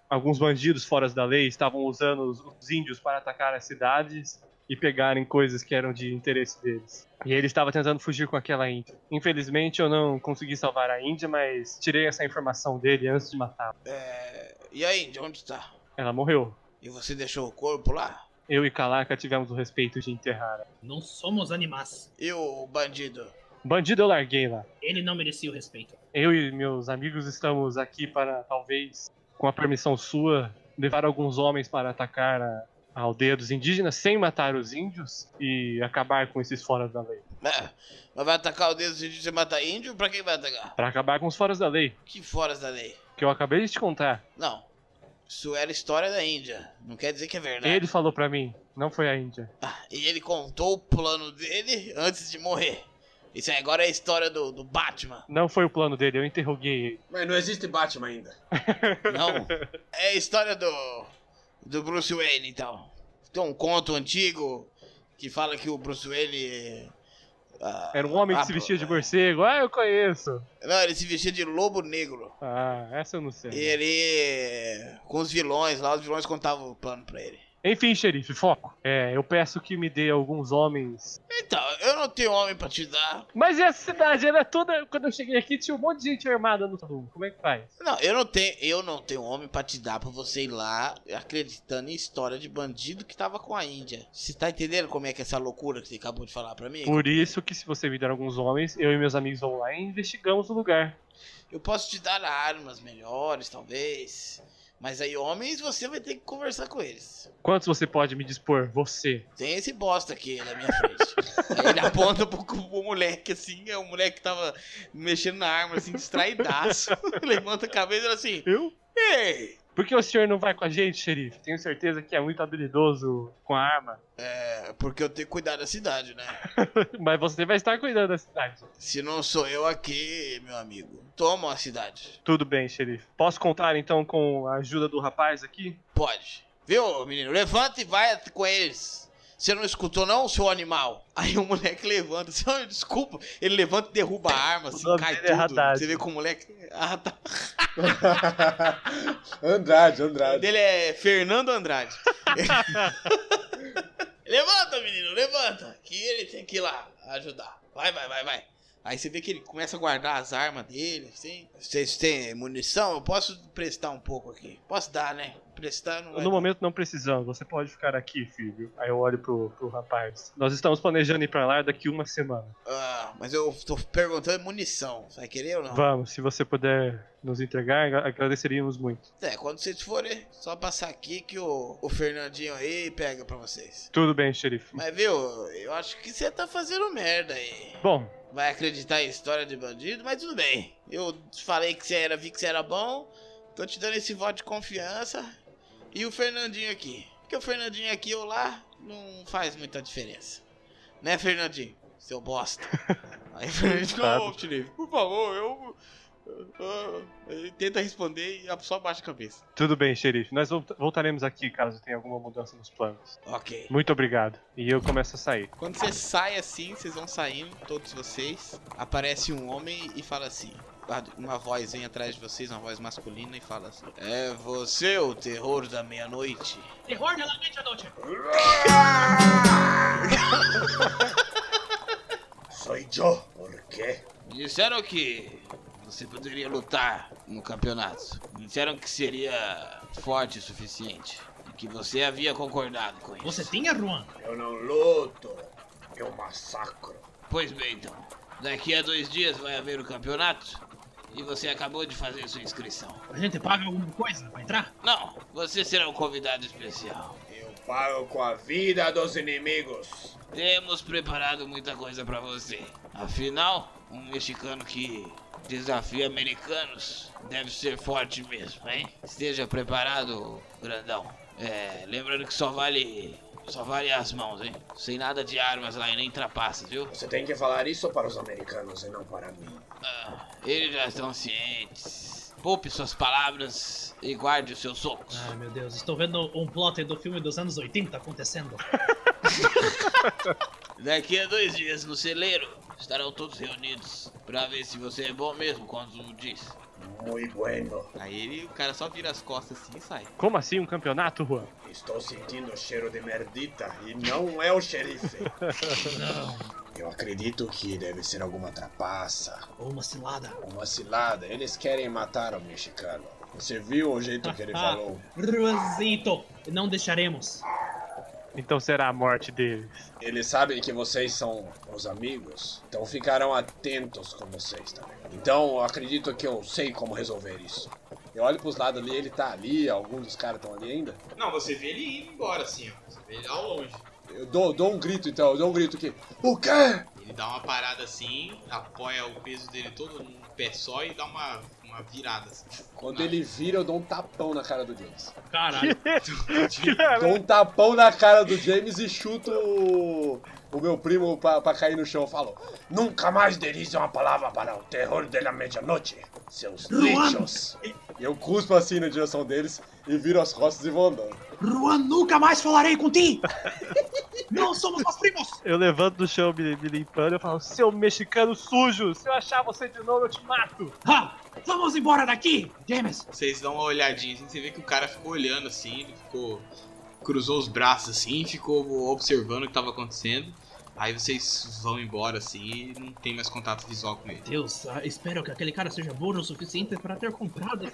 D: alguns bandidos fora da lei estavam usando os, os índios para atacar as cidades e pegarem coisas que eram de interesse deles. E ele estava tentando fugir com aquela índia. Infelizmente eu não consegui salvar a índia, mas tirei essa informação dele antes de matá-la.
G: É, e aí, de onde tá?
D: Ela morreu.
G: E você deixou o corpo lá?
D: Eu e Calaca tivemos o respeito de enterrar.
F: Não somos animais.
G: E o bandido?
D: Bandido eu larguei lá.
F: Ele não merecia o respeito.
D: Eu e meus amigos estamos aqui para, talvez, com a permissão sua, levar alguns homens para atacar a, a aldeia dos indígenas sem matar os índios e acabar com esses fora da lei.
G: É, mas vai atacar o dedo se você matar índio? Pra quem vai atacar?
D: Para acabar com os foras da lei,
G: Que fora da lei.
D: que eu acabei de te contar.
G: Não. Isso era história da Índia. Não quer dizer que é verdade.
D: Ele falou para mim, não foi a Índia.
G: Ah, e ele contou o plano dele antes de morrer. Isso aí agora é a história do, do Batman.
D: Não foi o plano dele, eu interroguei ele.
A: Mas não existe Batman ainda.
G: Não. é a história do. do Bruce Wayne, então. Tem um conto antigo que fala que o Bruce Wayne. eh, ah,
D: Era um homem que
G: ah,
D: se vestia de
G: ah,
D: morcego. Ah, eu conheço.
G: Não, ele se vestia de lobo negro.
D: Ah, essa eu não sei.
G: E ele. eh, com os vilões lá, os vilões contavam o plano pra ele.
D: Enfim, xerife, foco. É, eu peço que me dê alguns homens
G: Então, eu não tenho homem pra te dar.
D: Mas e essa cidade? Ela é toda. Quando eu cheguei aqui, tinha um monte de gente armada no sul. Como é que faz?
G: Não, eu não tenho, eu não tenho homem pra te dar pra você ir lá acreditando em história de bandido que tava com a Índia. Você tá entendendo como é que é essa loucura que você acabou de falar pra mim?
D: Por isso que, se você me der alguns homens, eu e meus amigos vão lá e investigamos o lugar.
G: Eu posso te dar armas melhores, talvez. Mas aí, homens, você vai ter que conversar com eles.
D: Quantos você pode me dispor? Você.
G: Tem esse bosta aqui na minha frente. aí ele aponta pro, pro moleque assim, é um moleque que tava mexendo na arma assim, distraidaço. Levanta a cabeça e fala assim:
D: Eu?
G: Ei!
D: Por que o senhor não vai com a gente, xerife? Tenho certeza que é muito habilidoso com a arma.
G: É, porque eu tenho que cuidar da cidade, né?
D: Mas você vai estar cuidando da cidade.
G: Se não sou eu aqui, meu amigo, toma a cidade.
D: Tudo bem, xerife. Posso contar então com a ajuda do rapaz aqui?
G: Pode. Viu, menino? Levanta e vai at- com eles. Você não escutou, não, seu animal? Aí o moleque levanta. assim, "Ai, Desculpa. Ele levanta e derruba a arma, assim,
D: nome
G: cai
D: dele é
G: tudo.
D: Haddad.
G: Você vê com o moleque. Ah, tá.
A: Andrade,
G: O nome
A: Andrade.
G: dele é Fernando Andrade. levanta, menino, levanta. Que ele tem que ir lá ajudar. Vai, vai, vai, vai. Aí você vê que ele começa a guardar as armas dele, assim. Vocês têm munição? Eu posso prestar um pouco aqui. Posso dar, né? Prestar não vai
D: No
G: dar.
D: momento não precisamos, você pode ficar aqui, filho. Aí eu olho pro, pro rapaz. Nós estamos planejando ir pra lá daqui uma semana.
G: Ah, mas eu tô perguntando munição. Você vai querer ou não?
D: Vamos, se você puder nos entregar, agra- agradeceríamos muito.
G: É, quando vocês forem, só passar aqui que o, o Fernandinho aí pega pra vocês.
D: Tudo bem, xerife.
G: Mas viu, eu acho que você tá fazendo merda aí.
D: Bom,
G: vai acreditar em história de bandido, mas tudo bem. Eu falei que você era, vi que você era bom, tô te dando esse voto de confiança. E o Fernandinho aqui. Porque o Fernandinho aqui ou lá não faz muita diferença. Né, Fernandinho? Seu bosta. Aí o Fernandinho,
D: Claro.
G: ô, Felipe, por favor, eu.
I: ah", ele tenta responder e só baixa a cabeça.
D: Tudo bem, xerife. Nós volta- voltaremos aqui caso tenha alguma mudança nos planos.
I: Ok.
D: Muito obrigado. E eu começo a sair.
I: Quando você sai assim, vocês vão saindo, todos vocês. Aparece um homem e fala assim. Uma voz vem atrás de vocês, uma voz masculina, e fala assim: É você o terror da meia-noite?
F: Terror da noite.
E: Sou eu, por quê?
I: Disseram que você poderia lutar no campeonato. Disseram que seria forte o suficiente. E que você havia concordado com isso.
F: Você tinha, Juan?
E: Eu não luto, eu massacro.
I: Pois bem, então. Daqui a dois dias vai haver o campeonato. E você acabou de fazer sua inscrição.
F: A gente paga alguma coisa pra entrar?
I: Não, você será um convidado especial.
E: Eu pago com a vida dos inimigos.
I: Temos preparado muita coisa pra você. Afinal, um mexicano que desafia americanos deve ser forte mesmo, hein? Esteja preparado, grandão. É, lembrando que só vale. Só vale as mãos, hein? Sem nada de armas lá e nem trapaças, viu?
E: Você tem que falar isso para os americanos e não para mim.
I: Ah, eles já estão cientes. Poupe suas palavras e guarde os seus socos.
F: Ai meu Deus, estou vendo um plot do filme dos anos 80 acontecendo.
I: Daqui a dois dias no celeiro estarão todos reunidos pra ver se você é bom mesmo quando diz.
E: Muito bueno.
I: Aí ele, o cara só vira as costas assim e sai.
D: Como assim um campeonato, Juan?
E: Estou sentindo o cheiro de merdita e não é o xerife. Eu acredito que deve ser alguma trapaça,
F: Ou uma cilada.
E: uma cilada. Eles querem matar o mexicano. Você viu o jeito que ele falou?
F: Ruanzito, não deixaremos.
D: Então será a morte deles.
E: Eles sabem que vocês são os amigos, então ficarão atentos com vocês também. Então eu acredito que eu sei como resolver isso. Eu olho pros lados ali, ele tá ali, alguns dos caras estão ali ainda.
G: Não, você vê ele indo embora assim, ó. Você vê ele ao longe.
E: Eu dou, dou um grito então, eu dou um grito que. O quê?
G: Ele dá uma parada assim, apoia o peso dele todo num pé só e dá uma, uma virada assim.
E: Quando ele vira, eu dou um tapão na cara do James.
F: Caralho.
E: Dou um tapão na cara do James e chuto o, o meu primo pra, pra cair no chão. Eu Falo, nunca mais dirijo uma palavra para o terror da meia-noite, seus
F: Luan!
E: lixos. E eu cuspo assim na direção deles e viro as costas e vou andando.
F: Ruan, nunca mais falarei contigo! Não somos nós primos!
D: Eu levanto do chão me, me limpando eu falo, seu mexicano sujo! Se eu achar você de novo, eu te mato!
F: Ha! Vamos embora daqui, James!
G: Vocês dão uma olhadinha assim, você vê que o cara ficou olhando assim, ele ficou. cruzou os braços assim, ficou observando o que tava acontecendo. Aí vocês vão embora assim e não tem mais contato visual com ele.
F: Deus, ah, espero que aquele cara seja burro é o suficiente para ter comprado.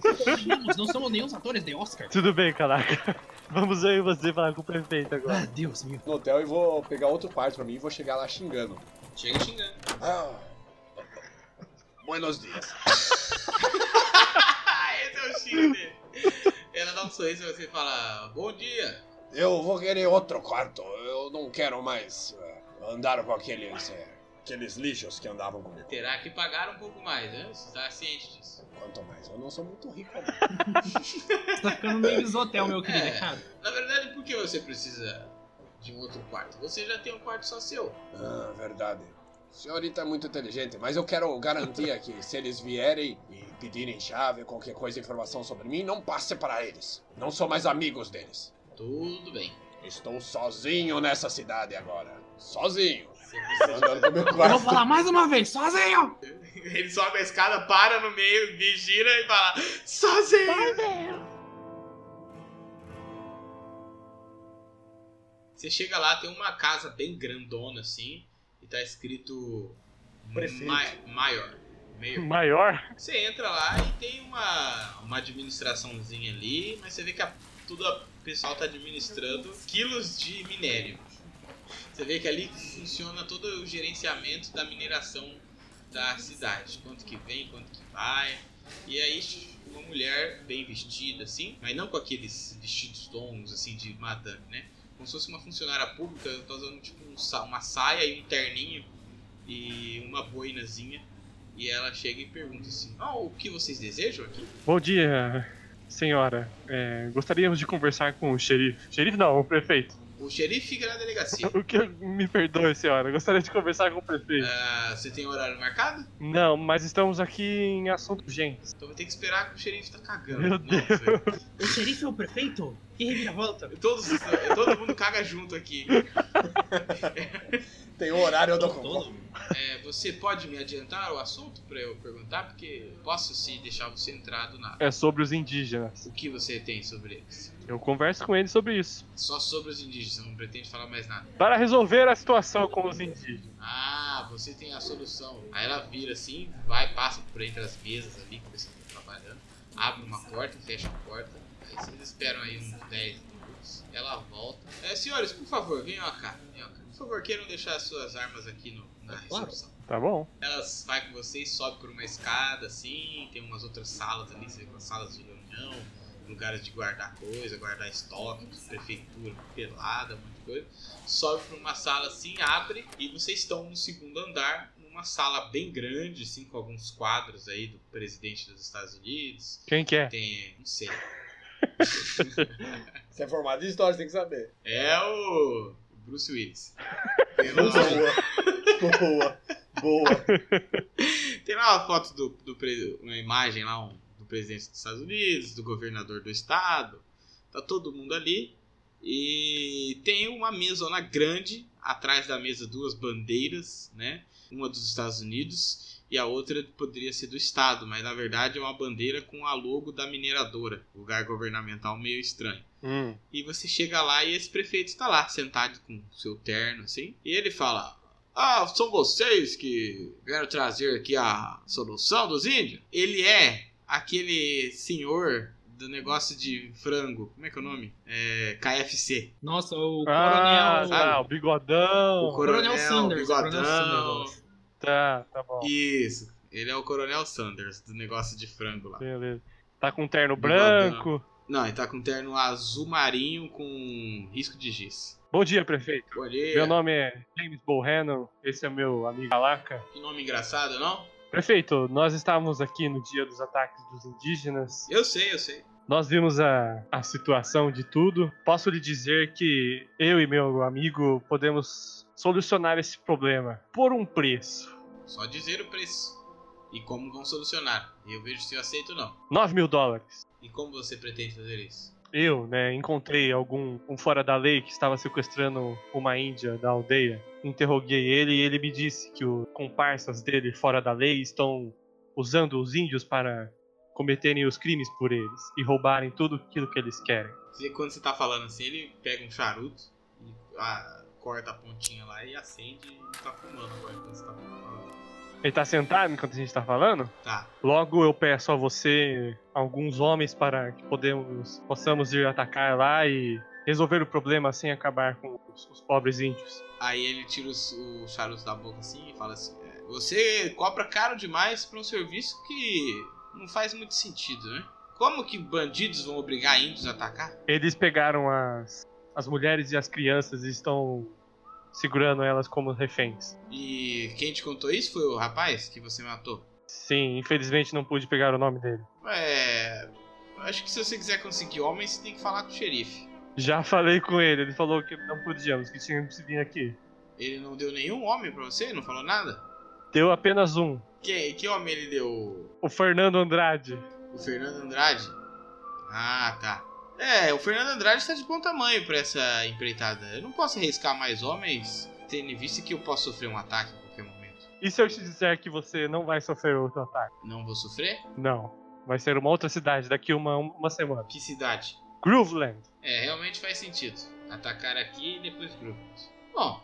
F: Convenhamos, não somos nenhum atores de Oscar.
D: Tudo bem, calaca. Vamos eu e você falar com o prefeito agora.
F: Ah, Deus meu.
E: No hotel e vou pegar outro quarto pra mim e vou chegar lá xingando.
G: Chega xingando.
E: Ah. Buenos dias.
G: Esse é o xingo dele. Ela dá um sorriso e você fala: Bom dia.
E: Eu vou querer outro quarto. Eu não quero mais eh, andar com aqueles, eh, aqueles lixos que andavam comigo.
G: Terá que pagar um pouco mais, né? Você tá ciente disso.
E: Quanto mais, eu não sou muito rico. não.
F: Tá ficando meio isotel, meu querido.
G: É.
F: Cara.
G: Na verdade, por que você precisa de um outro quarto? Você já tem um quarto só seu.
E: Ah, verdade. O senhorita é muito inteligente, mas eu quero garantia que se eles vierem e pedirem chave, qualquer coisa, informação sobre mim, não passe para eles. Não sou mais amigos deles.
G: Tudo bem.
E: Estou sozinho nessa cidade agora. Sozinho.
G: Você precisa
E: Andando pro meu
F: Eu vou
E: quarto.
F: falar mais uma vez, sozinho!
G: Ele sobe a escada, para no meio, me gira e fala: Sozinho! Você chega lá, tem uma casa bem grandona assim, e tá escrito.
E: Prefeito.
G: Ma- maior. Maior.
D: Maior?
G: Você entra lá e tem uma, uma administraçãozinha ali, mas você vê que a, tudo a- o pessoal tá administrando quilos de minério. Você vê que ali funciona todo o gerenciamento da mineração da cidade. Quanto que vem, quanto que vai. E aí uma mulher bem vestida, assim, mas não com aqueles vestidos longos, assim, de madame, né? Como se fosse uma funcionária pública, tá usando tipo um sa- uma saia e um terninho e uma boinazinha. E ela chega e pergunta assim: Ah, o que vocês desejam aqui?
D: Bom dia, senhora. É, gostaríamos de conversar com o xerife. Xerife não, o prefeito.
G: O xerife fica na delegacia.
D: O que eu- me perdoe, senhora. eu Gostaria de conversar com o prefeito.
G: Ah, você tem horário marcado?
D: Não, mas estamos aqui em assunto urgente.
G: Então vai ter que esperar que o xerife tá cagando.
D: Meu
G: Não, velho.
F: O xerife é o prefeito? Que reviravolta!
G: Todos, todo mundo caga junto aqui.
E: Tem um horário, eu dou conta.
F: Todo?
G: É, você pode me adiantar o assunto pra eu perguntar? Porque posso se deixar você entrar do nada.
D: É sobre os indígenas.
G: O que você tem sobre eles?
D: Eu converso com ele sobre isso.
G: Só sobre os indígenas, eu não pretende falar mais nada.
D: Para resolver a situação com os indígenas.
G: Ah, você tem a solução. Aí ela vira assim, vai, passa por entre as mesas ali que o pessoal tá trabalhando, abre uma porta, fecha a porta. Aí vocês esperam aí uns 10 minutos, ela volta. É, senhores, por favor, venham cá, venham cá. Por favor, queiram deixar as suas armas aqui no, na
F: claro.
G: recepção.
D: Tá bom.
G: Elas vai com vocês, sobe por uma escada assim, tem umas outras salas ali, você vê umas salas de reunião, lugares de guardar coisa, guardar estoque, prefeitura, pelada, um monte de coisa. Sobe pra uma sala assim, abre e vocês estão no segundo andar, numa sala bem grande, assim, com alguns quadros aí do presidente dos Estados Unidos.
D: Quem quer?
G: Tem, não sei.
E: Você é formado em história, você tem que saber.
G: É o Bruce Willis. Tem lá-
E: Boa. Boa. Boa.
G: Tem lá uma foto do, do pre- uma imagem lá um- do presidente dos Estados Unidos, do governador do estado. Tá todo mundo ali. E tem uma mesona grande, atrás da mesa duas bandeiras, né? Uma dos Estados Unidos e a outra poderia ser do estado, mas na verdade é uma bandeira com a logo da mineradora, lugar governamental meio estranho.
D: Hum.
G: E você chega lá e esse prefeito está lá, sentado com o seu terno, assim. E ele fala: Ah, são vocês que vieram trazer aqui a solução dos índios? Ele é aquele senhor do negócio de frango. Como é que é o nome? É. KFC.
F: Nossa, o
D: Ah,
F: coronel.
D: tá, o bigodão.
G: O coronel,
F: Sanders, o coronel
G: bigodão.
F: Sanders.
D: Tá, tá bom.
G: Isso. Ele é o Coronel Sanders, do negócio de frango lá.
D: Beleza. Tá com um terno
G: Bigodão.
D: branco.
G: Não, ele tá com um terno azul marinho com risco de giz.
D: Bom dia, prefeito.
G: Olha,
D: Meu nome é James Bohannon. Esse é meu amigo Calaca.
G: que nome engraçado, não?
D: Prefeito, nós estávamos aqui no dia dos ataques dos indígenas.
G: Eu sei, eu sei.
D: Nós vimos a, a situação de tudo. Posso lhe dizer que eu e meu amigo podemos solucionar esse problema por um preço.
G: Só dizer o preço e como vão solucionar. E eu vejo se eu aceito ou não.
D: 9 mil dólares.
G: E como você pretende fazer isso?
D: Eu, né, encontrei algum um fora da lei que estava sequestrando uma índia da aldeia. Interroguei ele e ele me disse que os comparsas dele fora da lei estão usando os índios para cometerem os crimes por eles e roubarem tudo aquilo que eles querem.
G: Você- Quando você tá falando assim, ele pega um charuto, e, ah, corta a pontinha lá e acende e tá fumando agora quando você tá falando.
D: Ele tá sentado enquanto a gente tá falando?
G: Tá.
D: Logo eu peço a você alguns homens para que podemos, possamos ir atacar lá e resolver o problema sem acabar com os, os pobres índios.
G: Aí ele tira o, s- o charuto da boca assim e fala assim: "É, Você cobra caro demais pra um serviço que não faz muito sentido, né? Como que bandidos vão obrigar índios a atacar?
D: Eles pegaram as, as mulheres e as crianças e estão segurando elas como reféns.
G: E quem te contou isso foi o rapaz que você matou?
D: Sim, infelizmente não pude pegar o nome dele.
G: É. eu Acho que se você quiser conseguir homem, você tem que falar com o xerife.
D: Já falei com ele, ele falou que não podíamos, que tínhamos que vir aqui.
G: Ele não deu nenhum homem pra você? Não falou nada?
D: Deu apenas um,
G: Que, que homem ele deu?
D: o Fernando Andrade.
G: O Fernando Andrade? Ah, tá. É, o Fernando Andrade tá de bom tamanho pra essa empreitada. Eu não posso arriscar mais homens, tendo em vista que eu posso sofrer um ataque a qualquer momento.
D: E se eu te disser que você não vai sofrer outro ataque?
G: Não vou sofrer?
D: Não. Vai ser uma outra cidade daqui uma, uma semana.
G: Que cidade?
D: Grooveland.
G: É, realmente faz sentido. Atacar aqui e depois grupos. Bom,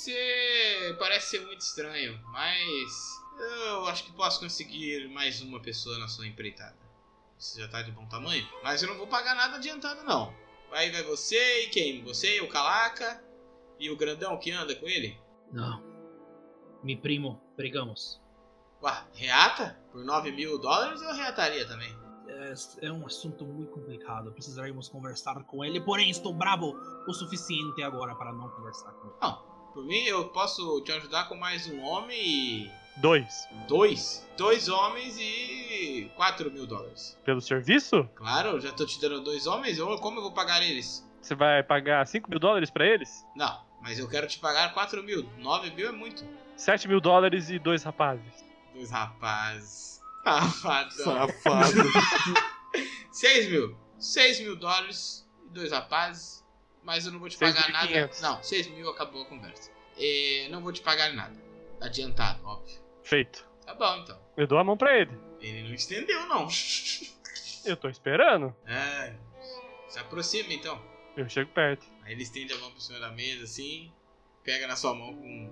G: você parece ser muito estranho, mas eu acho que posso conseguir mais uma pessoa na sua empreitada. Você já tá de bom tamanho. Mas eu não vou pagar nada adiantado, não. Aí vai você e quem? Você e o Calaca e o grandão que anda com ele?
F: Não. Me primo, brigamos.
G: Uá, reata? Por 9 mil dólares eu reataria também.
F: É, é um assunto muito complicado. Precisaremos conversar com ele, porém estou bravo o suficiente agora para não conversar com ele.
G: Por mim, eu posso te ajudar com mais um homem e
D: Dois.
G: Dois? Dois homens e 4 mil dólares.
D: Pelo serviço?
G: Claro, já tô te dando dois homens, eu, como eu vou pagar eles?
D: Você vai pagar 5 mil dólares pra eles?
G: Não, mas eu quero te pagar 4 mil. 9 mil é muito.
D: 7 mil dólares e dois rapazes.
G: Dois rapazes. Safadão.
J: Safado.
G: 6 mil. 6 mil dólares e dois rapazes. Mas eu não vou te
D: Seis
G: pagar
D: mil e
G: nada.
D: quinhentos.
G: Não, 6 mil acabou a conversa. É, não vou te pagar nada. Adiantado, óbvio.
D: Feito.
G: Tá bom então.
D: Eu dou a mão pra ele.
G: Ele não estendeu, não.
D: Eu tô esperando.
G: É, se aproxima então.
D: Eu chego perto.
G: Aí ele estende a mão pro senhor da mesa, assim, pega na sua mão com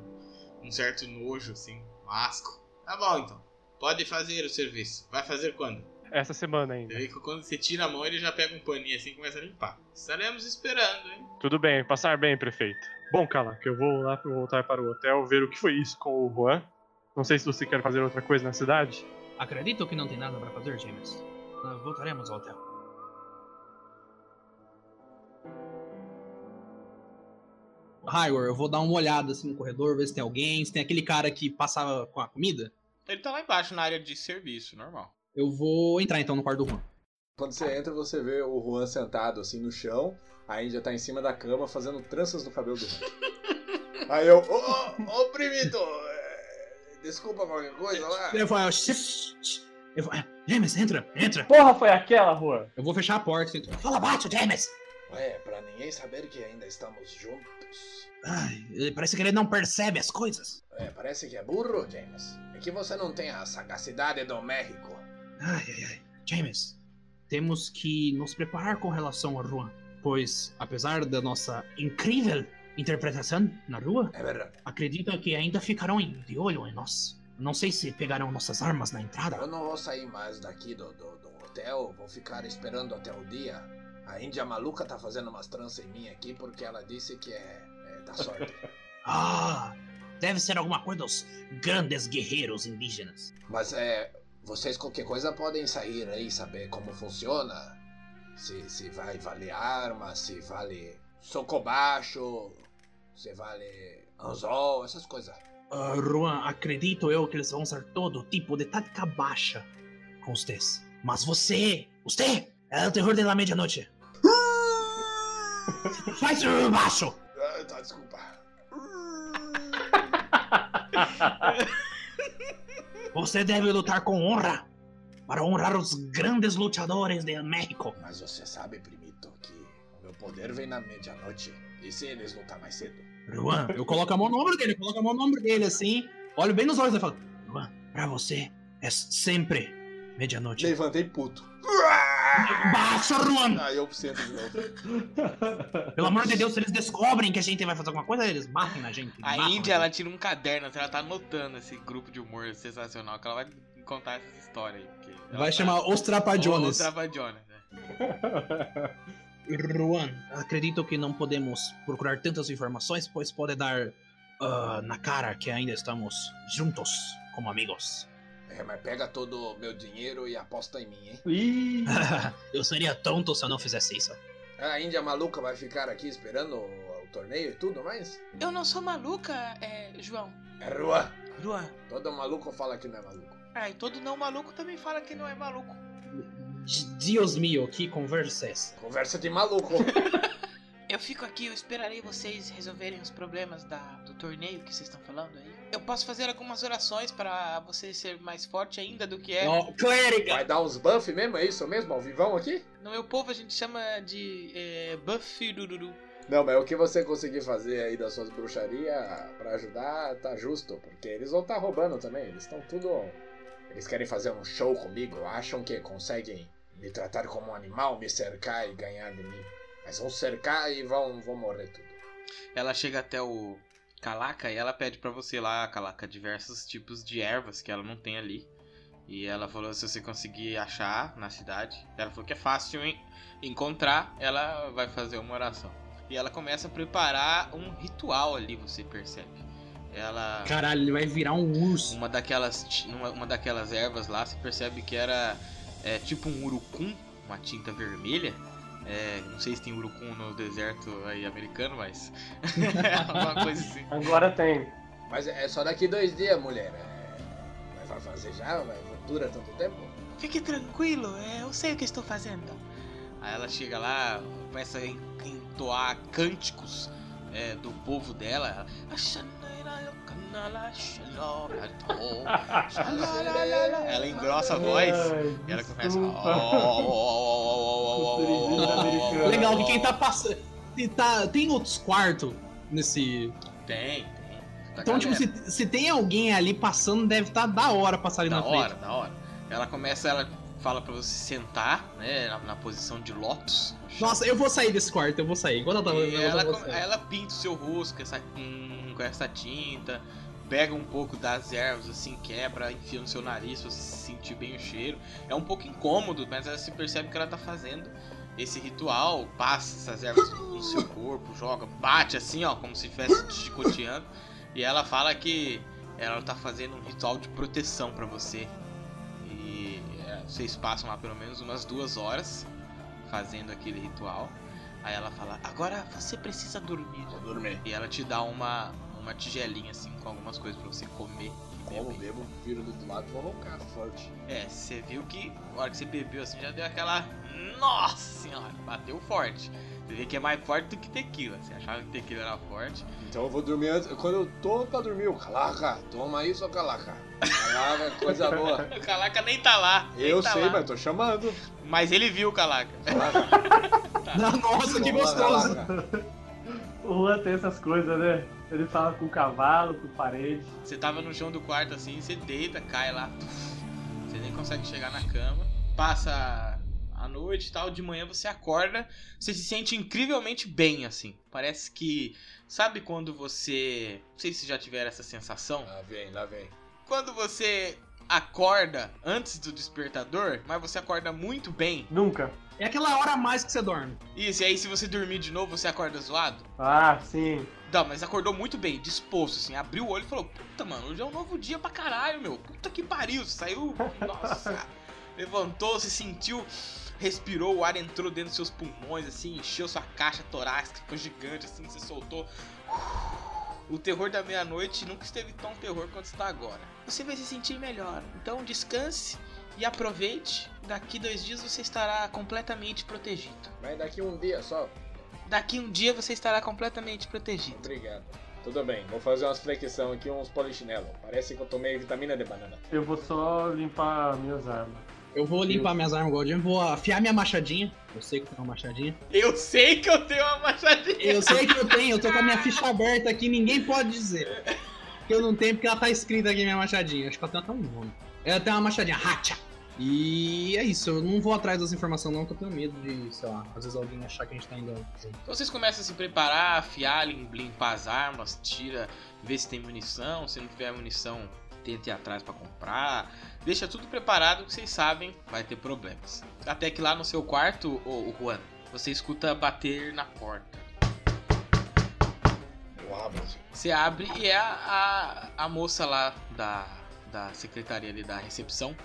G: um certo nojo, assim, um asco. Tá bom, então. Pode fazer o serviço. Vai fazer quando?
D: Essa semana
G: Você
D: ainda.
G: vê que quando você tira a mão, ele já pega um paninho assim e começa a limpar. Estaremos esperando, hein?
D: Tudo bem, passar bem, prefeito. Bom, Cala, que eu vou lá pra voltar para o hotel ver o que foi isso com o Juan. Não sei se você quer fazer outra coisa na cidade.
F: Acredito que não tem nada pra fazer, James. Ah, Voltaremos ao hotel. Highway, eu vou dar uma olhada assim no corredor, ver se tem alguém, se tem aquele cara que passava com a comida.
G: Ele tá lá embaixo na área de serviço, normal.
F: Eu vou entrar então no quarto do Juan.
A: Quando você entra, você vê o Juan sentado assim no chão, aí já tá em cima da cama fazendo tranças no cabelo do Juan. Aí eu, ô, ô, ô, primito, é, desculpa qualquer coisa lá.
F: Eu falo, "Shh, shh." eu falo, "Ah, James, entra, entra.
D: Porra, foi aquela, Juan?
F: Eu vou fechar a porta. assim, Fala baixo, James.
A: É, pra ninguém saber que ainda estamos juntos.
F: Ai, ele parece que ele não percebe as coisas.
A: É, parece que é burro, James. É que você não tem a sagacidade do México.
F: Ai, ai, ai. James, temos que nos preparar com relação ao Juan, pois apesar da nossa incrível interpretação na rua,
A: É verdade.
F: acredito que ainda ficarão em- de olho em nós. Não sei se pegarão nossas armas na
A: Eu
F: entrada.
A: não vou sair mais daqui do, do, do hotel, vou ficar esperando até o dia. A Índia maluca tá fazendo umas tranças em mim aqui porque ela disse que é, é da sorte.
F: Ah, deve ser alguma coisa dos grandes guerreiros indígenas.
A: Mas é. Vocês qualquer coisa podem sair aí, saber como funciona. Se, se vai valer arma, se vale socobacho, se vale anzol, essas coisas.
F: Ah, Juan, acredito eu que eles vão usar todo tipo de tática baixa com vocês. Mas você, você, é o terror da meia-noite. Faz o baixo!
A: Ah, tá, desculpa.
F: Você deve lutar com honra para honrar os grandes lutadores de México.
A: Mas você sabe, primito, que o meu poder vem na meia-noite. E se eles lutar mais cedo?
F: Juan, eu coloco a mão no ombro dele, coloco a mão no ombro dele assim, olho bem nos olhos e falo: Juan, pra você é sempre meia-noite.
A: Levantei puto.
F: Baixa, Juan!
A: Aí eu sento de novo.
F: Pelo amor de Deus, se eles descobrem que a gente vai fazer alguma coisa, eles batem na gente.
G: A
F: matam
G: Índia,
F: gente.
G: ela tira um caderno, assim, ela tá anotando esse grupo de humor sensacional, que ela vai contar essas histórias aí. porque ela
F: Vai
G: tá-
F: chamar os
G: Ou- ou
F: Trapajones.
G: Travadiones, né?
F: Juan, acredito que não podemos procurar tantas informações, pois pode dar ah, na cara que ainda estamos juntos como amigos.
A: É, mas pega todo o meu dinheiro e aposta em mim, hein?
D: Ih,
F: eu seria tonto se eu não fizesse isso.
A: A Índia maluca vai ficar aqui esperando o, o torneio e tudo mais?
C: Eu não sou maluca, é, João.
A: É Juan.
C: Juan.
A: Todo maluco fala que não é maluco.
C: Ah, e todo não maluco também fala que não é maluco.
F: Dios mío, que é conversas.
A: Conversa de maluco.
C: Eu fico aqui, eu esperarei vocês resolverem os problemas da, do torneio que vocês estão falando aí. Eu posso fazer algumas orações pra você ser mais forte ainda do que é.
F: Ó, clériga!
A: Vai dar uns buff mesmo? É isso mesmo? Ao vivão aqui?
C: No meu povo a gente chama de é, Buffy Dururu.
A: Não, mas o que você conseguir fazer aí das suas bruxarias pra ajudar tá justo, porque eles vão estar roubando também. Eles estão tudo. Eles querem fazer um show comigo, acham que conseguem me tratar como um animal, me cercar e ganhar de mim. Mas vão cercar e vão, vão morrer tudo.
G: Ela chega até o Calaca e ela pede pra você lá, Calaca, diversos tipos de ervas que ela não tem ali. E ela falou se você conseguir achar na cidade. Ela falou que é fácil en- encontrar, ela vai fazer uma oração. E ela começa a preparar um ritual ali, você percebe. Ela
F: Caralho, ele vai virar um urso.
G: uma daquelas ti- uma, uma daquelas ervas lá, você percebe que era é, tipo um urucum, uma tinta vermelha. É, não sei se tem urucum no deserto aí americano, mas é uma coisa assim.
D: agora tem.
A: Mas é só daqui dois dias, mulher. É, Mas vai fazer já? Vai, dura tanto tempo?
C: Fique tranquilo, é, eu sei o que estou fazendo.
G: Aí ela chega lá, começa a entoar cânticos é, do povo dela. Ela engrossa a voz e ela começa.
F: Legal que quem tá passando. Tá, tem outros quartos nesse.
G: Tem, tem. Da
F: Então, tipo,
G: galera.
F: se, se tem alguém ali passando, deve estar tá da hora passar ali
G: da
F: na
G: hora,
F: frente.
G: da hora. Ela começa, ela fala pra você sentar, né, na, na posição de lótus.
F: Nossa, eu vou sair desse quarto, eu vou sair. Enquanto ela tá
G: E
F: fazendo
G: ela, é.
F: eu vou
G: come-
F: sair.
G: ela pinta o seu rosto com essa, com, com essa tinta, pega um pouco das ervas, assim, quebra, enfia no seu nariz pra você sentir bem o cheiro. É um pouco incômodo, mas ela se percebe que ela tá fazendo esse ritual, passa essas ervas no seu corpo, joga, bate assim, ó, como se estivesse te chicoteando. E ela fala que ela tá fazendo um ritual de proteção pra você. E é, vocês passam lá pelo menos umas duas horas fazendo aquele ritual. Aí ela fala, agora você precisa dormir.
E: Vou dormir.
G: E ela te dá uma, uma tigelinha assim com algumas coisas pra você comer. e
E: Como
G: beber.
E: bebo, viro do outro lado, vou roncar forte.
G: É, você viu que na hora que você bebeu assim já deu aquela. Nossa senhora, bateu forte. Você vê que é mais forte do que tequila. Você achava que tequila era forte.
E: Então eu vou dormir antes. Quando eu tô pra dormir, eu calaca, toma isso, ô calaca. Calaca, coisa boa.
G: O Calaca nem tá lá. nem
E: Eu
G: tá
E: sei,
G: lá.
E: mas tô chamando.
G: Mas ele viu o Calaca.
E: Calaca,
F: Nossa, que
E: toma,
F: gostoso.
E: calaca.
K: O Juan tem essas coisas, né? Ele fala com o cavalo, com parede.
G: Você tava no chão do quarto assim, você deita, cai lá. puf, Você nem consegue chegar na cama. Passa a noite e tal, de manhã você acorda, você se sente incrivelmente bem assim. Parece que. Sabe quando você. Não sei se já tiveram essa sensação.
E: Lá vem, lá vem.
G: Quando você acorda antes do despertador, mas você acorda muito bem.
K: Nunca.
F: É aquela hora a mais que você dorme.
G: Isso, e aí se você dormir de novo, você acorda zoado?
K: Ah, sim.
G: Não, mas acordou muito bem, disposto, assim. Abriu o olho e falou: Puta, mano, hoje é um novo dia pra caralho, meu. Puta que pariu. Saiu. Nossa. Levantou, se sentiu, respirou, o ar entrou dentro dos seus pulmões, assim, encheu sua caixa torácica, ficou gigante, assim, se soltou. O terror da meia-noite nunca esteve tão terror quanto está agora.
C: Você vai se sentir melhor. Então descanse e aproveite. Daqui dois dias você estará completamente protegido.
E: Vai daqui um dia só.
C: Daqui um dia você estará completamente protegido.
E: Obrigado. Tudo bem, vou fazer umas flexão aqui, uns polichinelo. Parece que eu tomei vitamina de banana.
K: Eu vou só limpar minhas armas.
F: Eu vou limpar minhas armas igual o Jimmy, vou afiar minha machadinha. Eu sei que eu tenho uma machadinha.
G: Eu sei que eu tenho uma machadinha.
F: Eu sei que eu tenho, eu tô com a minha ficha aberta aqui, ninguém pode dizer. Que eu não tenho, porque ela tá escrita aqui, minha machadinha. Acho que ela tem até um nome. Ela tem uma machadinha, Hacha. E é isso, eu não vou atrás dessa informação não, que eu tenho medo de, sei lá, às vezes alguém achar que a gente tá indo junto.
G: Então vocês começam a se preparar, afiar, lim- limpar as armas, tira, vê se tem munição. Se não tiver munição, tenta ir atrás pra comprar. Deixa tudo preparado que vocês sabem vai ter problemas. Até que lá no seu quarto, o, Juan, você escuta bater na porta.
E: Eu abro.
G: Você abre e é a, a, a moça lá da, da secretaria ali da recepção.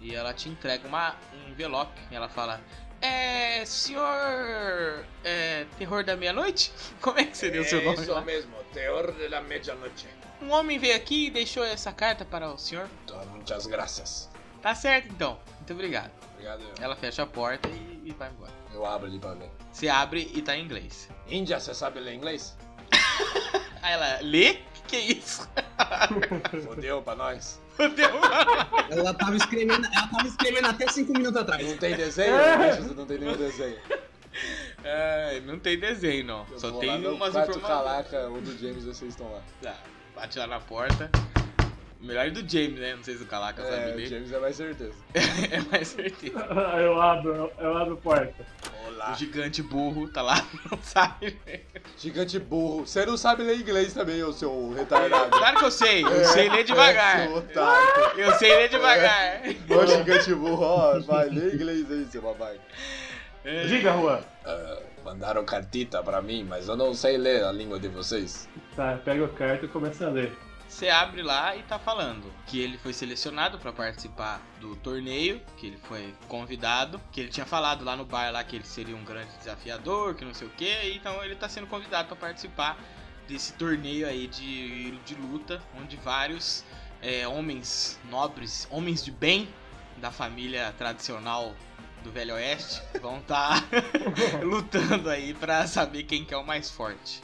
G: E ela te entrega uma, um envelope. E ela fala: É, senhor. É, terror da meia-noite? Como é que seria o seu
E: É
G: nome?
E: Isso
G: Lá?
E: mesmo, terror de la medianoche.
G: Um homem veio aqui e deixou essa carta para o senhor.
E: Então, muitas graças.
G: Tá certo então. Muito obrigado.
E: Obrigado. Eu,
G: Ela fecha a porta e, e vai embora.
E: eu abro ali pra ver.
G: Você abre e tá em inglês.
E: Índia, você sabe ler inglês?
G: Aí ela lê? Que que é isso?
E: Fodeu pra nós.
G: Fudeu.
F: Ela tava escrevendo, ela tava escrevendo até 5 minutos atrás.
E: Não tem desenho? Deixa, não tem nenhum desenho.
G: É, não tem desenho, não.
E: Eu
G: Só
E: vou lá
G: tem
E: no
G: umas
E: quarto
G: informações.
E: Calaca, o do James, vocês estão lá.
G: Tá, bate lá na porta. Melhor do James, né? Não sei se o Calaca sabe
E: É, o
G: dele.
E: James é mais certeza.
G: É mais certeza.
K: eu abro, eu abro a porta.
G: O
E: Olá.
G: gigante burro tá lá, não sabe.
E: Gigante burro. Você não sabe ler inglês também, ô seu retardado.
G: Claro que eu sei, eu sei ler devagar.
E: É, seu otário.
G: Eu sei ler devagar.
E: Ô, gigante burro, ó, vai, lê inglês aí, seu babaca.
K: Diga, Juan.
E: Mandaram cartita pra mim, mas eu não sei ler a língua de vocês.
K: Tá, pega o carta e começa a ler.
G: Você abre lá e tá falando que ele foi selecionado pra participar do torneio, que ele foi convidado, que ele tinha falado lá no bar lá que ele seria um grande desafiador, que não sei o que, então ele tá sendo convidado pra participar desse torneio aí de, de luta, onde vários é, homens nobres, homens de bem da família tradicional do Velho Oeste vão estar lutando aí pra saber quem que é o mais forte.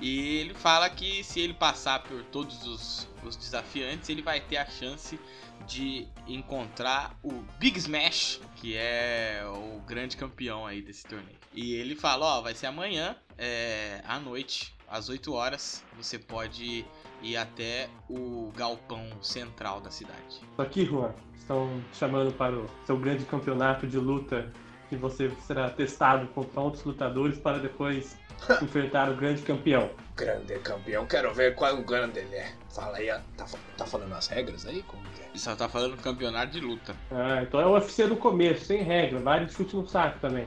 G: E ele fala que se ele passar por todos os, os desafiantes, ele vai ter a chance de encontrar o Big Smash, que é o grande campeão aí desse torneio. E ele fala, ó, vai ser amanhã, é, à noite, às 8 horas, você pode ir até o galpão central da cidade.
K: Só que, Juan, estão te chamando para o seu grande campeonato de luta que você será testado contra outros lutadores para depois enfrentar o grande campeão.
A: Grande campeão, quero ver qual grande ele é. Fala aí, ó. tá, fa- tá falando as regras aí? Como que é?
G: Ele só tá falando campeonato de luta.
K: Ah, então é o UFC do começo, sem regra, vale de chute no saco também.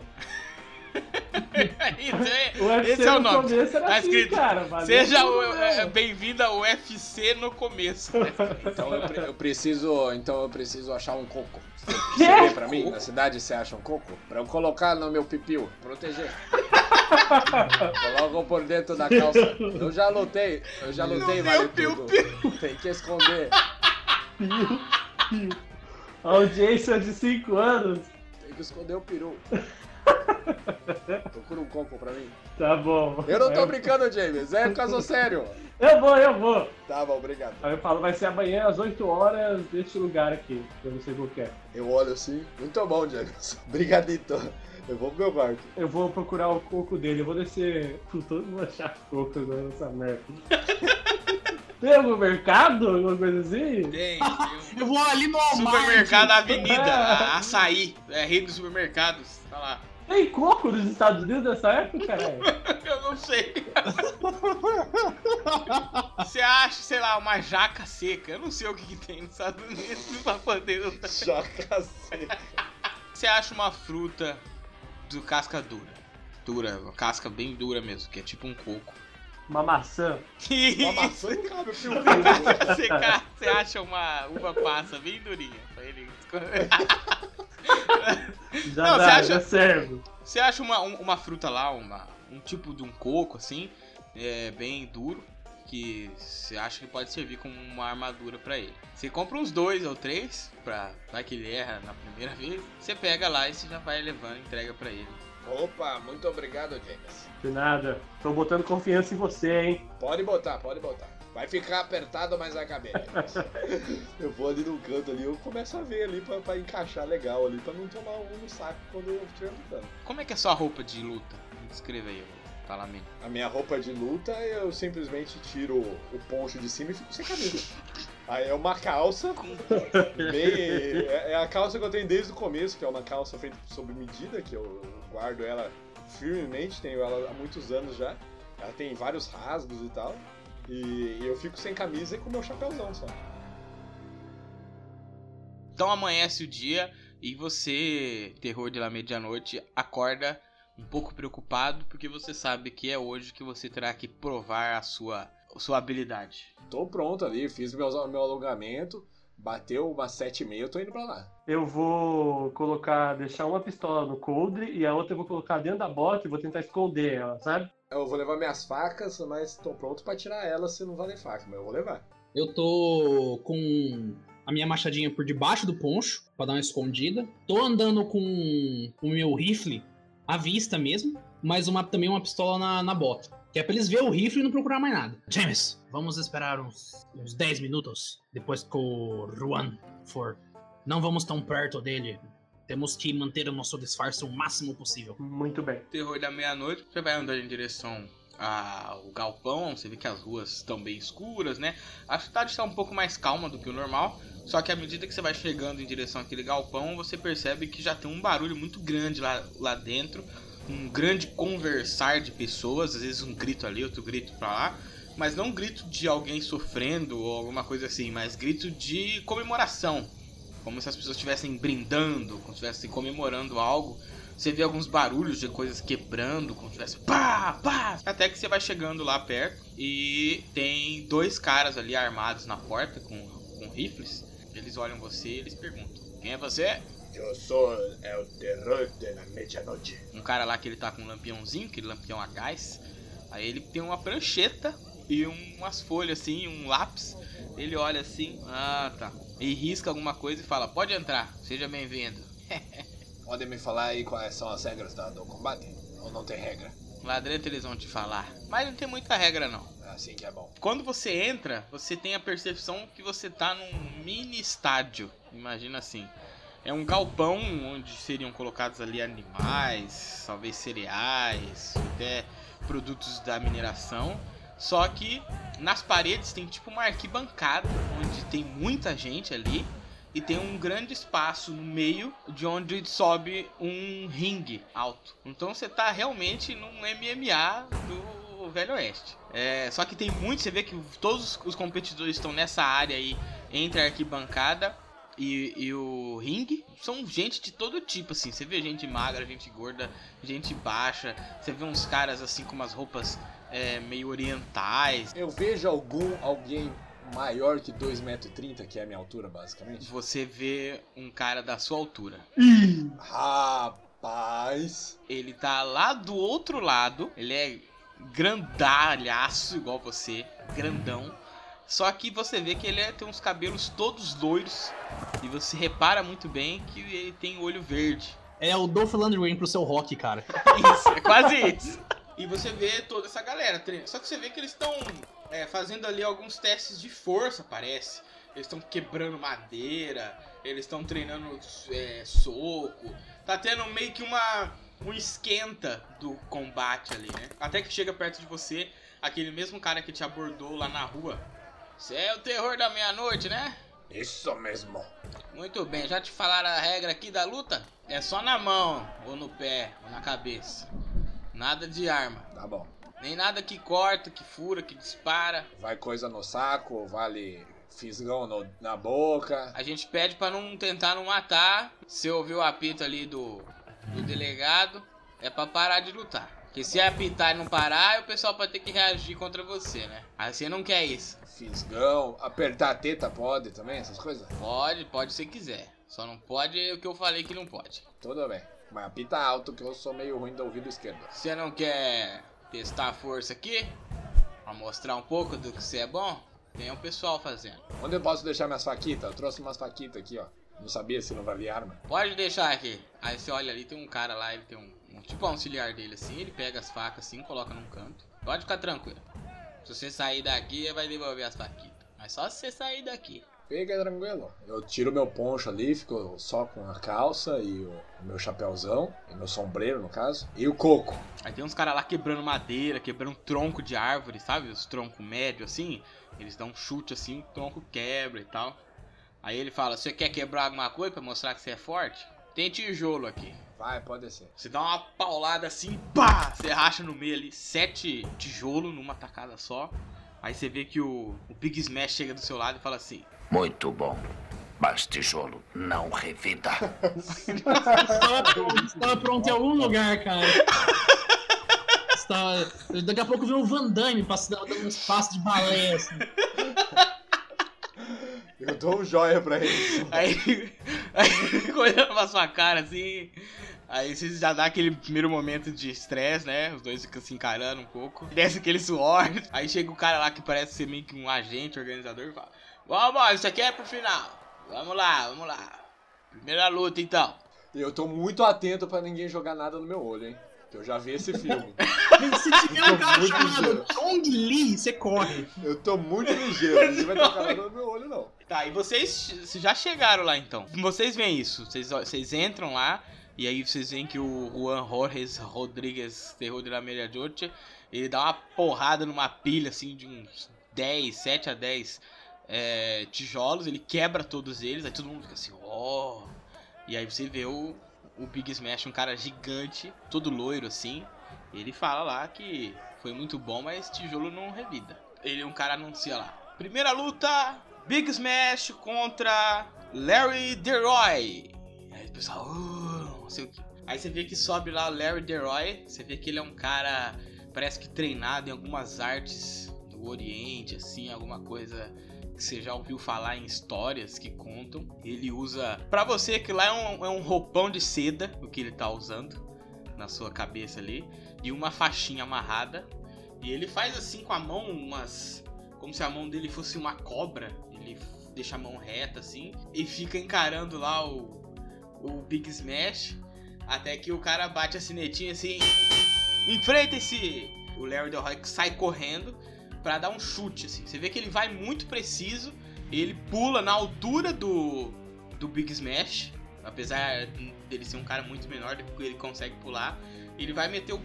K: O UFC
G: Esse é o
K: no
G: nome.
K: começo era
G: Tá
K: assim,
G: escrito.
K: cara, valeu
G: Seja
K: tudo,
G: o- é,
K: né?
G: é, bem-vindo ao UFC no começo.
E: Então eu, pre- eu preciso, então eu preciso achar um coco. Você vê pra mim, na cidade você acha um coco? Pra eu colocar no meu pipiu, proteger. Coloco por dentro da calça. Eu já lutei, eu já lutei, vale tudo. Tem que esconder,
K: Audiência de 5 anos.
E: tem que esconder o peru. Procura um coco pra mim.
K: Tá bom.
E: Eu não
K: Aí
E: tô brincando, James, é caso sério.
K: Eu vou, eu vou.
E: Tá bom, obrigado.
K: Aí eu falo, vai ser amanhã às 8 horas deste lugar aqui. Eu não sei qual que é.
E: Eu olho assim, muito bom, James. Obrigadito. Eu vou pro meu quarto.
K: Eu vou procurar o coco dele, eu vou descer. Puta, eu não vou achar coco agora nessa merda. Tem algum mercado? Alguma coisa assim?
G: Tem.
F: Eu vou ali no Walmart.
G: Supermercado Avenida, a- açaí, é rei dos supermercados. Tá lá.
K: Tem coco nos Estados Unidos nessa época, caralho?
G: Eu não sei. Você acha, sei lá, uma jaca seca. Eu não sei o que, que tem nos Estados Unidos pra poder usar.
E: Jaca seca.
G: Você acha uma fruta do casca dura. Dura, uma casca bem dura mesmo, que é tipo um coco.
K: Uma maçã.
G: Uma
E: maçã cabe
G: Você, ca- você acha uma uva passa bem durinha pra ele.
K: Já
G: Não,
K: dá,
G: você acha-
K: já serve.
G: Você acha uma, um- uma fruta lá, uma, um tipo de um coco assim, é, bem duro, que você acha que pode servir como uma armadura pra ele. Você compra uns dois ou três, pra, vai que ele erra na primeira vez, você pega lá e você já vai levando e entrega pra ele.
E: Opa, muito obrigado, James.
K: De nada. Tô botando confiança em você, hein?
E: Pode botar, pode botar. Vai ficar apertado, mas vai caber. eu vou ali no canto ali, eu começo a ver ali pra, pra encaixar legal ali, pra não tomar um no saco quando eu estiver lutando.
G: Como é que é sua roupa de luta? Me Descreva aí, fala a mim.
E: A minha roupa de luta, eu simplesmente tiro o poncho de cima e fico sem camisa. Aí é uma calça, bem, é, é a calça que eu tenho desde o começo, que é uma calça feita sob medida, que eu guardo ela firmemente, tenho ela há muitos anos já. Ela tem vários rasgos e tal. E, e eu fico sem camisa e com meu chapéuzão só.
G: Então amanhece o dia e você, terror de lá meia-noite, acorda um pouco preocupado porque você sabe que é hoje que você terá que provar a sua, a sua habilidade.
E: Tô pronto ali, fiz meus, meu alongamento, bateu umas sete e meia, eu tô indo pra lá.
K: Eu vou colocar, deixar uma pistola no coldre e a outra eu vou colocar dentro da bota e vou tentar esconder ela, sabe?
E: Eu vou levar minhas facas, mas tô pronto pra tirar elas se não valer faca, mas eu vou levar.
F: Eu tô com a minha machadinha por debaixo do poncho, pra dar uma escondida. Tô andando com o meu rifle à vista mesmo, mas uma, também uma pistola na, na bota. Que é pra eles verem o rifle e não procurar mais nada. James, vamos esperar uns, uns 10 minutos depois que o Juan for. Não vamos tão perto dele. Temos que manter o nosso disfarce o máximo possível.
K: Muito bem.
G: Terror da meia-noite, você vai andando em direção ao galpão, você vê que as ruas estão bem escuras, né? A cidade está um pouco mais calma do que o normal, só que à medida que você vai chegando em direção àquele galpão, você percebe que já tem um barulho muito grande lá, lá dentro, um grande conversar de pessoas, às vezes um grito ali, outro grito pra lá, mas não um grito de alguém sofrendo ou alguma coisa assim, mas grito de comemoração, como se as pessoas estivessem brindando, como se estivessem comemorando algo. Você vê alguns barulhos de coisas quebrando, como se tivesse pá, pá. Até que você vai chegando lá perto e tem dois caras ali armados na porta com, com rifles. Eles olham você e eles perguntam: Quem é você?
A: Eu sou é o terror da meia-noite.
G: Um cara lá que ele tá com um lampiãozinho, aquele lampião a gás. Aí ele tem uma prancheta e um- umas folhas assim, um lápis. Ele olha assim, ah tá. E risca alguma coisa e fala: Pode entrar, seja bem-vindo.
E: Podem me falar aí quais são as regras da- do combate? Ou não tem regra?
G: Lá dentro eles vão te é falar. Mas não tem muita regra, não.
E: Assim que é bom.
G: Quando você entra, você tem a percepção que você tá num mini estádio. Imagina assim. É um galpão onde seriam colocados ali animais, talvez cereais, até produtos da mineração. Só que nas paredes tem tipo uma arquibancada onde tem muita gente ali e tem um grande espaço no meio de onde sobe um ringue alto. Então você tá realmente num MMA do Velho Oeste. É, só que tem muito, você vê que todos os competidores estão nessa área aí entre a arquibancada e, e o ringue. São gente de todo tipo, assim. Você vê gente magra, gente gorda, gente baixa. Você vê uns caras assim com umas roupas é, meio orientais.
E: Eu vejo algum alguém maior que 2,30m, que é a minha altura, basicamente.
G: Você vê um cara da sua altura.
E: Rapaz.
G: Ele tá lá do outro lado. Ele é grandalhaço, igual você. Grandão. Só que você vê que ele é- tem uns cabelos todos loiros. E você repara muito bem que ele tem olho verde.
F: É o Dolph Lundgren pro seu rock, cara.
G: Isso, é quase isso. E você vê toda essa galera treinando. Só que você vê que eles estão é, fazendo ali alguns testes de força, parece. Eles estão quebrando madeira, eles estão treinando é, soco. Tá tendo meio que uma um esquenta do combate ali, né? Até que chega perto de você aquele mesmo cara que te abordou lá na rua. Você é o terror da meia-noite, né?
E: Isso mesmo.
G: Muito bem, já te falaram a regra aqui da luta? É só na mão, ou no pé, ou na cabeça. Nada de arma.
E: Tá bom.
G: Nem nada que corta, que fura, que dispara.
E: Vai coisa no saco, vale fisgão no- na boca.
G: A gente pede pra não tentar não matar. Se ouvir o apito ali do, do delegado, é pra parar de lutar. Porque se apitar e não parar, o pessoal pode ter que reagir contra você, né? Aí você não quer isso.
E: Fisgão, apertar a teta pode também, essas coisas?
G: Pode, pode se quiser. Só não pode o que eu falei que não pode.
E: Tudo bem. Mas apita alto que eu sou meio ruim do ouvido esquerdo.
G: Você não quer testar a força aqui? Pra mostrar um pouco do que você é bom? Tem um pessoal fazendo.
E: Onde eu posso deixar minhas faquitas? Eu trouxe umas faquitas aqui, ó. Não sabia se não valia arma.
G: Pode deixar aqui. Aí você olha ali, tem um cara lá, ele tem um, um tipo auxiliar dele assim, ele pega as facas assim, coloca num canto. Pode ficar tranquilo. Se você sair daqui, ele vai devolver as faquitas. Mas só se você sair daqui.
E: Fica tranquilo. Eu tiro meu poncho ali, fico só com a calça e o o meu chapéuzão, e meu sombreiro no caso, e o coco.
G: Aí tem uns caras lá quebrando madeira, quebrando um tronco de árvore, sabe? Os troncos médios assim. Eles dão um chute assim, o tronco quebra e tal. Aí ele fala: Você quer quebrar alguma coisa pra mostrar que você é forte? Tem tijolo aqui.
E: Vai, pode ser.
G: Você dá uma paulada assim, pá! Você racha no meio ali sete tijolos numa tacada só. Aí você vê que o, o Big Smash chega do seu lado e fala assim:
L: Muito bom. Mas tijolo não revida.
F: Estava Tá pronto em algum lugar, cara. Estava... Daqui a pouco veio o Van Damme passando dando um espaço de baleia, assim.
E: Eu dou um joia pra ele.
G: Aí, aí fica olhando pra sua cara assim. Aí você já dá aquele primeiro momento de estresse, né? Os dois ficam se encarando um pouco. Desce aquele suor. Aí chega o cara lá que parece ser meio que um agente, organizador, e fala: Vamos, isso aqui é pro final. Vamos lá, vamos lá. Primeira luta então.
E: E eu tô muito atento pra ninguém jogar nada no meu olho, hein? Que eu já vi esse filme.
F: Se tiver um cara
E: Muito
F: chamado
E: ligeiro.
F: Tong Lee, você corre.
E: Eu tô muito ligeiro, ninguém vai tocar nada no meu olho, não.
G: Tá, e vocês vocês já chegaram lá então. Vocês veem isso, vocês, vocês entram lá e aí vocês veem que o Juan Jorge Rodrigues Terror de la Medianoche, ele dá uma porrada numa pilha assim de uns 10, 7 a 10 é, tijolos, ele quebra todos eles, aí todo mundo fica assim, ó. E aí você vê o, o Big Smash, um cara gigante, todo loiro assim, ele fala lá que foi muito bom, mas tijolo não revida. Ele, um cara anuncia lá. Primeira luta, Big Smash contra Larry DeRoy. Aí o pessoal, "Uh, não sei o que. Aí você vê que sobe lá o Larry DeRoy, você vê que ele é um cara, parece que treinado em algumas artes do Oriente, assim, alguma coisa que você já ouviu falar em histórias que contam. Ele usa, Pra você que lá é um, é um roupão de seda, o que ele tá usando na sua cabeça ali, e uma faixinha amarrada. E ele faz assim com a mão umas como se a mão dele fosse uma cobra. Ele f- deixa a mão reta assim e fica encarando lá o, o Big Smash. Até que o cara bate a sinetinha assim. Enfrenta esse! O Larry Del Roy sai correndo pra dar um chute, assim. Você vê que ele vai muito preciso. Ele pula na altura do, do Big Smash. Apesar dele ser um cara muito menor, ele consegue pular. Ele vai meter o,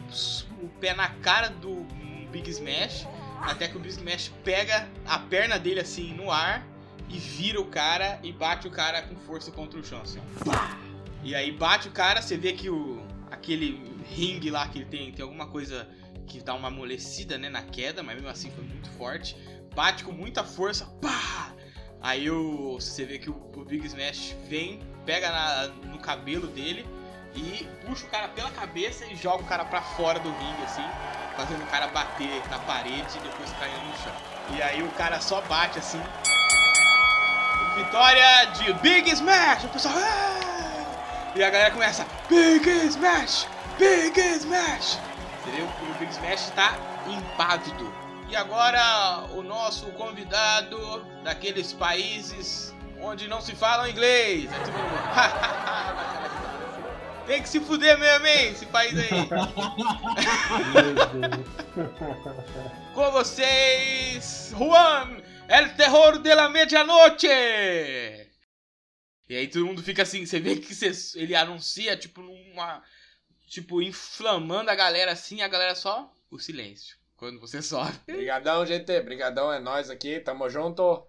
G: o pé na cara do Big Smash. Até que o Big Smash pega a perna dele assim no ar e vira o cara e bate o cara com força contra o chão. Assim, ó. Pá! E aí bate o cara, você vê que o aquele ringue lá que ele tem, tem alguma coisa que dá uma amolecida né, na queda, mas mesmo assim foi muito forte. Bate com muita força, pá! Aí o, você vê que o, o Big Smash vem, pega na- no cabelo dele e puxa o cara pela cabeça e joga o cara pra fora do ringue, assim, fazendo o cara bater na parede e depois caindo no chão. E aí o cara só bate assim. Vitória de Big Smash! O pessoal. "Ah!" E a galera começa. Big Smash! Big Smash! Entendeu? O Big Smash tá impávido. E agora o nosso convidado daqueles países onde não se fala inglês. é tipo Aí todo mundo, Tem que se fuder mesmo, hein? Esse país aí. Com vocês, Juan, El Terror de la Medianoche! E aí todo mundo fica assim, você vê que cê- ele anuncia, tipo, numa. Tipo, inflamando a galera assim, a galera só. O silêncio. Quando você sobe.
E: Brigadão, GT. Brigadão, é nós aqui. Tamo junto.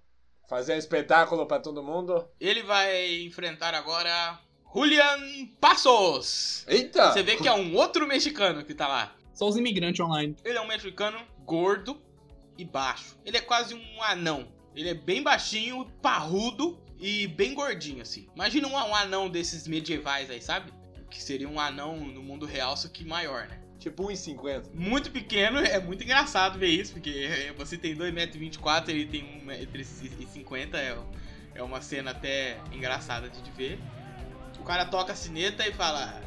E: Fazer um espetáculo pra todo mundo.
G: Ele vai enfrentar agora Julian Passos.
E: Eita!
G: Você vê que é um outro mexicano que tá lá.
F: Só os imigrantes online.
G: Ele é um mexicano gordo e baixo. Ele é quase um anão. Ele é bem baixinho, parrudo e bem gordinho, assim. Imagina um, um anão desses medievais aí, sabe? Que seria um anão no mundo real, só que maior, né?
E: Tipo 1,50.
G: Muito pequeno, é muito engraçado ver isso, porque é, você tem 2,24m, ele tem 1,50m, é, é uma cena até engraçada de ver. O cara toca a sineta e fala: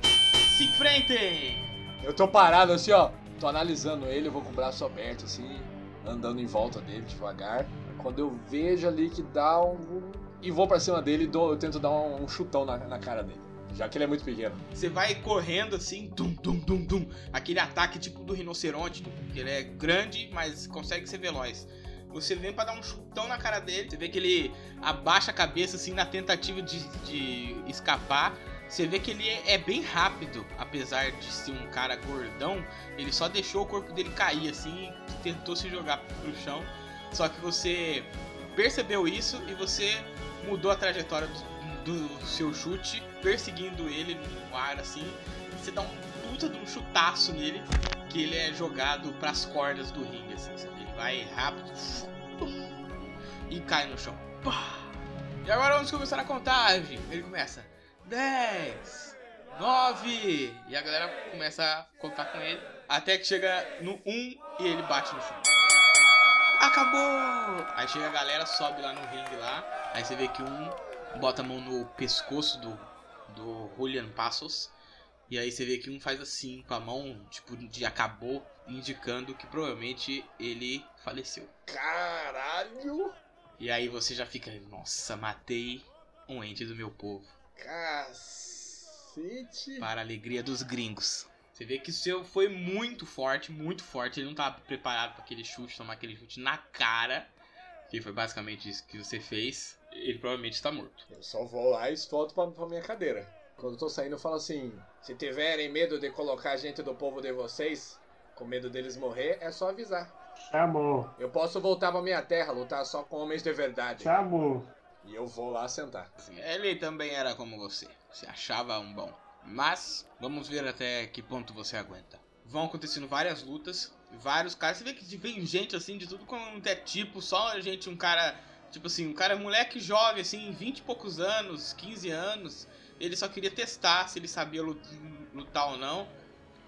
G: Se enfrentem!
E: Eu tô parado assim, ó. Tô analisando ele, eu vou com o braço aberto, assim, andando em volta dele devagar. Quando eu vejo ali que dá um. E vou pra cima dele e dou- eu tento dar um, um chutão na, na cara dele. Já que ele é muito pequeno.
G: Você vai correndo assim, dum, dum, dum, dum. Aquele ataque tipo do rinoceronte, que ele é grande, mas consegue ser veloz. Você vem pra dar um chutão na cara dele, você vê que ele abaixa a cabeça assim na tentativa de, de escapar. Você vê que ele é é bem rápido, apesar de ser um cara gordão, ele só deixou o corpo dele cair assim e tentou se jogar pro chão. Só que você percebeu isso e você mudou a trajetória do, do seu chute, perseguindo ele no ar assim. Você dá um puta de um chutaço nele, que ele é jogado pras cordas do ringue, assim. sabe? Ele vai rápido e cai no chão. Pá! E agora vamos começar a contagem. Ele começa 10, 9, e a galera começa a contar com ele até que chega no 1 e ele bate no chão. Acabou! Aí chega a galera, sobe lá no ringue lá. Aí você vê que um bota a mão no pescoço do, do Julian Passos. E aí você vê que um faz assim com a mão, tipo, de acabou, indicando que provavelmente ele faleceu.
E: Caralho!
G: E aí você já fica, nossa, matei um ente do meu povo.
E: Cacete!
G: Para a alegria dos gringos. Você vê que o seu foi muito forte, muito forte. Ele não tava preparado para aquele chute, tomar aquele chute na cara. Que foi basicamente isso que você fez. Ele provavelmente está morto.
E: Eu só vou lá e volto pra, pra minha cadeira. Quando eu tô saindo, eu falo assim: se tiverem medo de colocar gente do povo de vocês, com medo deles morrer, é só avisar.
K: Chamou,
E: Eu posso voltar pra minha terra, lutar só com homens de verdade.
K: chamou.
E: E eu vou lá sentar.
G: Ele também era como você. Você achava um bom. Mas vamos ver até que ponto você aguenta. Vão acontecendo várias lutas, vários caras. Você vê que vem gente assim de tudo quanto é tipo, só gente, um cara. Tipo assim, um cara moleque jovem, assim, 20 e poucos anos, 15 anos. Ele só queria testar se ele sabia lu- lutar ou não.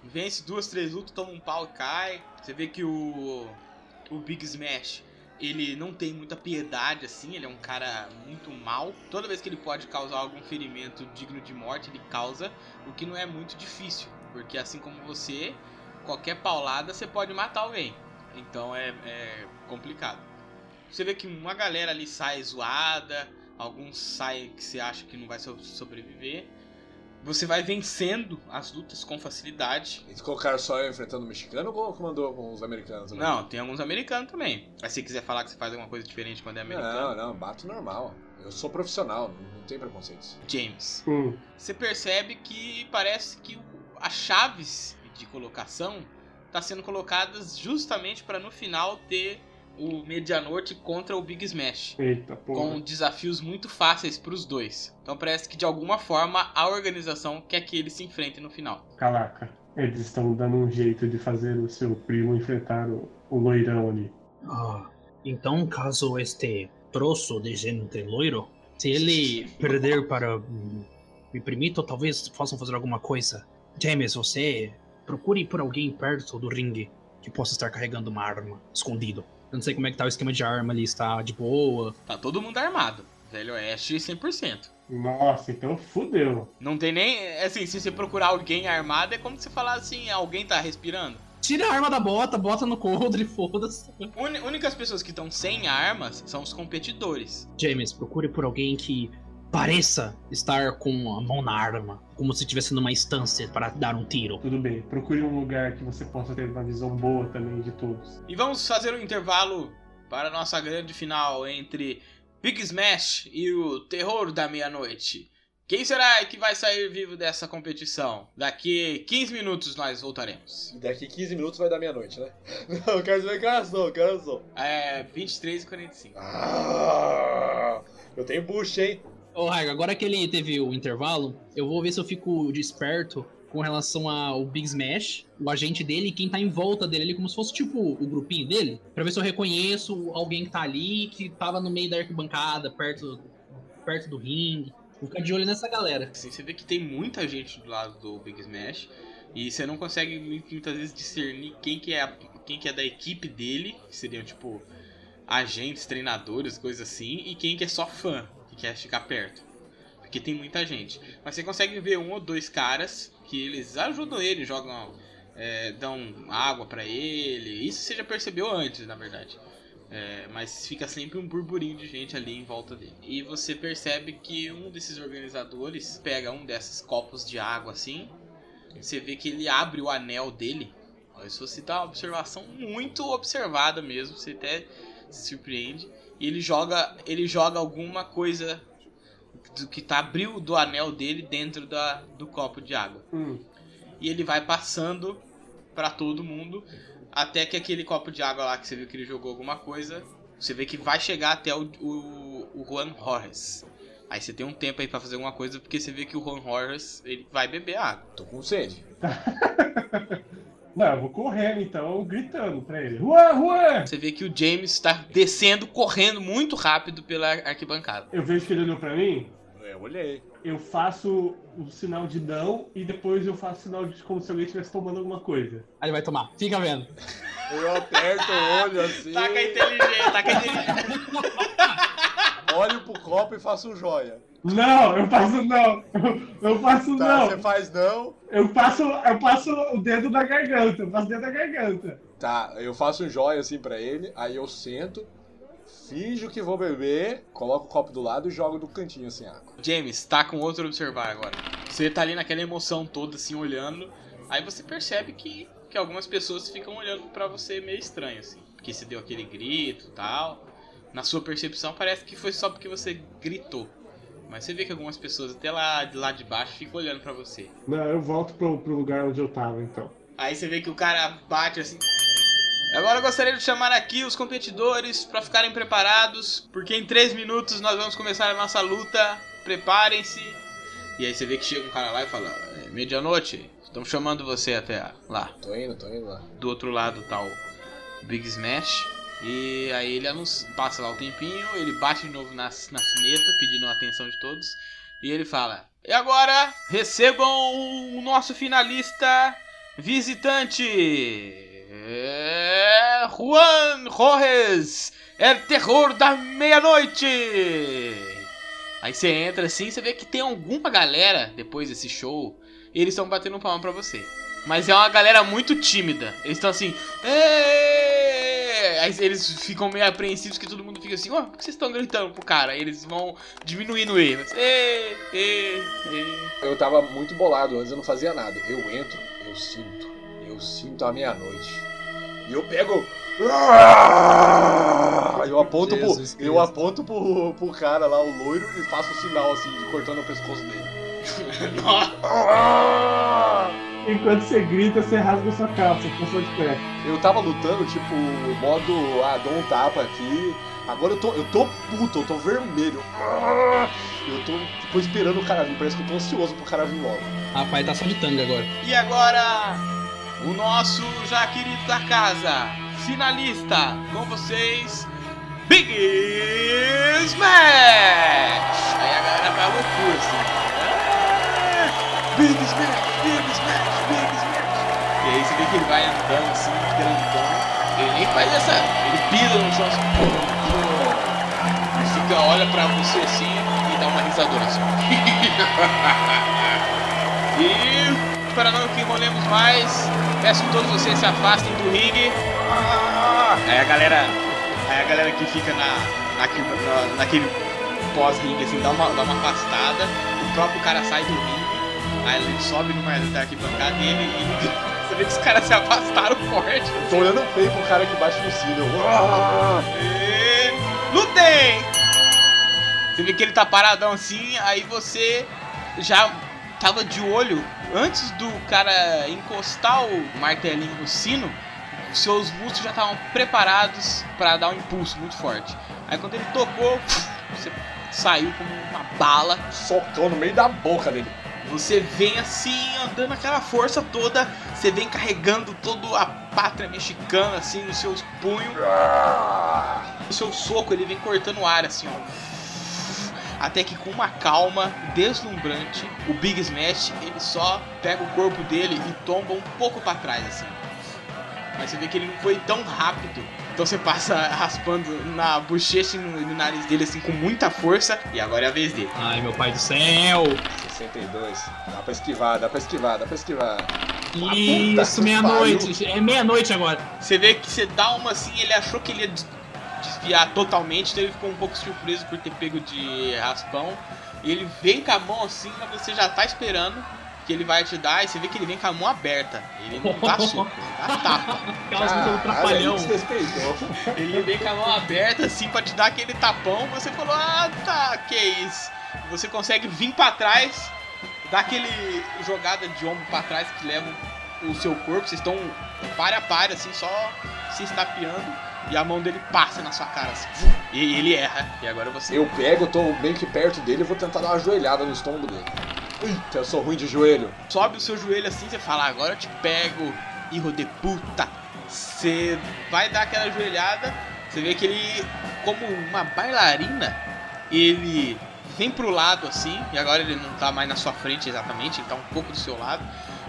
G: Vence duas, três lutas, toma um pau e cai. Você vê que o. O Big Smash ele não tem muita piedade assim, ele é um cara muito mal. Toda vez que ele pode causar algum ferimento digno de morte, ele causa, o que não é muito difícil, porque assim como você, qualquer paulada você pode matar alguém. Então é, é complicado. Você vê que uma galera ali sai zoada, alguns saem que você acha que não vai so- sobreviver. Você vai vencendo as lutas com facilidade.
E: Eles colocaram só eu enfrentando o mexicano ou comandou com os americanos? né? também?
G: Não, tem alguns americanos também. Mas se quiser falar que você faz alguma coisa diferente quando é americano.
E: Não, não, bato normal. Eu sou profissional, não, não tenho preconceitos.
G: James,
K: Hum.
G: você percebe que parece que o- as chaves de colocação tá sendo colocadas justamente para no final ter o Medianorte contra o Big Smash.
K: Eita porra.
G: com desafios muito fáceis para os dois. Então parece que de alguma forma a organização quer que eles se enfrentem no final.
K: Calaca. Eles estão dando um jeito de fazer o seu primo enfrentar o, o loirão ali.
F: Ah, então caso este troço de gente loiro, se ele perder para hum, me permito, talvez possam fazer alguma coisa. James, você procure por alguém perto do ringue que possa estar carregando uma arma, escondido. Eu não sei como é que tá o esquema de arma ali, está de boa.
G: Tá todo mundo armado. Velho Oeste 100%.
K: Nossa, então fudeu.
G: Não tem nem. é Assim, se você procurar alguém armado, é como se falar assim: alguém tá respirando.
F: Tira a arma da bota, bota no coldre, foda-se.
G: Uni- únicas pessoas que estão sem armas são os competidores.
F: James, procure por alguém que pareça estar com a mão na arma, como se estivesse numa instância para dar um tiro.
K: Tudo bem, procure um lugar que você possa ter uma visão boa também de todos.
G: E vamos fazer um intervalo para a nossa grande final entre Big Smash e o Terror da Meia-Noite. Quem será que vai sair vivo dessa competição? Daqui 15 minutos nós voltaremos.
E: Daqui 15 minutos vai dar meia-noite, né? Não, quero saber que horas são, que horas são.
G: É 23 e 45.
E: Ah, eu tenho bucha, hein?
F: Ô, Raigo, agora que ele teve o intervalo, eu vou ver se eu fico desperto com relação ao Big Smash, o agente dele e quem tá em volta dele ali, como se fosse tipo o grupinho dele, pra ver se eu reconheço alguém que tá ali, que tava no meio da arquibancada, perto, perto do ringue. Vou ficar de olho nessa galera.
G: Assim, você vê que tem muita gente do lado do Big Smash e você não consegue mu- muitas vezes discernir quem que é a- quem que é da equipe dele, que seriam tipo agentes, treinadores, coisas assim, e quem que é só fã, que quer ficar perto. Porque tem muita gente. Mas você consegue ver um ou dois caras que eles ajudam ele, jogam é, dão água pra ele. Isso você já percebeu antes, na verdade. É, mas fica sempre um burburinho de gente ali em volta dele. E você percebe que um desses organizadores pega um desses copos de água assim. Você vê que ele abre o anel dele. Ó, Isso você dá uma observação muito observada mesmo. Você até se surpreende. E ele joga, ele joga alguma coisa do que tá abriu do anel dele dentro da, do copo de água
K: Hum,
G: e ele vai passando pra todo mundo até que aquele copo de água lá que você viu que ele jogou alguma coisa, você vê que vai chegar até o, o, o Juan Horres. Aí você tem um tempo aí pra fazer alguma coisa porque você vê que o Juan Horres ele vai beber água.
E: Tô com sede.
K: Não, eu vou correndo então, gritando pra ele. Juan, Juan!
G: Você vê que o James está descendo, correndo muito rápido pela arquibancada.
K: Eu vejo que ele olhou pra mim,
E: É, eu olhei.
K: eu faço o sinal de não e depois eu faço sinal de como se alguém estivesse tomando alguma coisa.
F: Aí ele vai tomar, fica vendo.
E: Eu aperto o olho assim,
G: Taca inteligente, taca inteligente.
E: olho pro copo e faço um joia.
K: Não, eu faço não! Eu faço
E: Tá,
K: não!
E: você faz não.
K: Eu passo, eu passo o dedo na garganta, eu passo o dedo na garganta.
E: Tá, eu faço um joia assim pra ele, aí eu sento, finjo que vou beber, coloco o copo do lado e jogo do cantinho assim a água.
G: James, tá com outro observar agora. Você tá ali naquela emoção toda, assim, olhando. Aí você percebe que, que algumas pessoas ficam olhando pra você meio estranho, assim. Porque você deu aquele grito e tal. Na sua percepção, parece que foi só porque você gritou. Mas você vê que algumas pessoas até lá de, lá de baixo ficam olhando pra você.
K: Não, eu volto pro, pro lugar onde eu tava então.
G: Aí você vê que o cara bate assim. Agora eu gostaria de chamar aqui os competidores pra ficarem preparados, porque em 3 minutos nós vamos começar a nossa luta. Preparem-se. E aí você vê que chega um cara lá e fala: "É, Meia-noite, estamos chamando você até lá.
E: Tô indo, tô indo lá.
G: Do outro lado tá o Big Smash. E aí ele anuncia, passa lá o tempinho, ele bate de novo na, na sineta, pedindo a atenção de todos. E ele fala: E agora, recebam o nosso finalista visitante. É, Juan Jorres, é o terror da meia-noite. Aí você entra assim, você vê que tem alguma galera depois desse show, e eles estão batendo palma pra você. Mas é uma galera muito tímida. Eles estão assim. "Ê!" Aí eles ficam meio apreensivos que todo mundo fica assim, ó, por que vocês estão gritando pro cara? Aí eles vão diminuindo ele. Mas, "Ê, ê, ê."
E: Eu tava muito bolado antes, eu não fazia nada. Eu entro, eu sinto. Eu sinto a meia-noite. E eu pego. Eu aponto, pro,
M: Ah! Jesus Cristo.
E: eu aponto pro, pro cara lá, o loiro, e faço o sinal assim, de cortando o pescoço dele.
K: Enquanto você grita, você rasga sua calça, pessoa de pé.
E: Eu tava lutando, tipo, modo, ah, dou um tapa aqui. Agora eu tô, eu tô puto, eu tô vermelho. Eu tô, tipo, esperando o cara vir. Parece que eu tô ansioso pro cara vir logo.
F: Rapaz, tá só de tanga agora.
G: E agora, o nosso já querido da casa, finalista, com vocês, Big Smash! Aí a galera vai ao curso. É! Big Smash, Big Smash, Big Smash! E aí você vê que ele vai andando assim, grandão. Ele nem faz essa. Ele pisa no chão assim. pum, pum. E fica, olha pra você assim e dá uma risadona assim. E para não que enrolemos mais, peço que todos vocês se afastem do ringue. Aí a galera, aí a galera que fica na, naquele, na- naquele pós-ringue assim, dá uma, dá uma afastada. O próprio cara sai do ringue, aí ele sobe tá numa da arquibancada dele e você vê que os caras se afastaram forte.
E: Eu tô olhando feio pro cara que bate no sino. Eu...
G: E... Lutem! Você vê que ele tá paradão assim, aí você já tava de olho antes do cara encostar o martelinho no sino, os seus músculos já estavam preparados pra dar um impulso muito forte. Aí quando ele tocou, você saiu como uma bala.
E: Socou no meio da boca dele.
G: Você vem assim, andando aquela força toda, você vem carregando toda a pátria mexicana assim nos seus punhos. O seu soco ele vem cortando o ar assim, ó. Até que com uma calma deslumbrante, o Big Smash ele só pega o corpo dele e tomba um pouco pra trás assim. Mas você vê que ele não foi tão rápido. Então você passa raspando na bochecha e no, no nariz dele assim com muita força. E agora é a vez dele.
F: Ai, meu pai do céu!
E: 62. Dá pra esquivar, dá pra esquivar, dá pra esquivar.
F: Isso,
E: que
F: meia-noite. É meia-noite agora.
G: Você vê que você dá uma assim, ele achou que ele ia des- desviar totalmente, então ele ficou um pouco surpreso por ter pego de raspão. E ele vem com a mão assim, mas você já tá esperando que ele vai te dar, e você vê que ele vem com a mão aberta. Ele não dá soco, ele tá dá tapa.
F: Aquelas músicas do Trapalhão.
G: Ele vem com a mão aberta assim pra te dar aquele tapão, você falou, ah tá, que isso. Você consegue vir pra trás, dar aquele jogada de ombro pra trás que leva o seu corpo, vocês estão para a para, assim, só se estapeando, e a mão dele passa na sua cara, assim, e ele erra, e agora você...
E: Eu pego, tô meio que perto dele e vou tentar dar uma joelhada no estômago dele. Eita, eu sou ruim de joelho.
G: sobe o seu joelho assim, você fala, agora eu te pego, hijo de puta. Você vai dar aquela joelhada, você vê que ele, como uma bailarina, ele vem pro lado assim, e agora ele não tá mais na sua frente exatamente, ele tá um pouco do seu lado,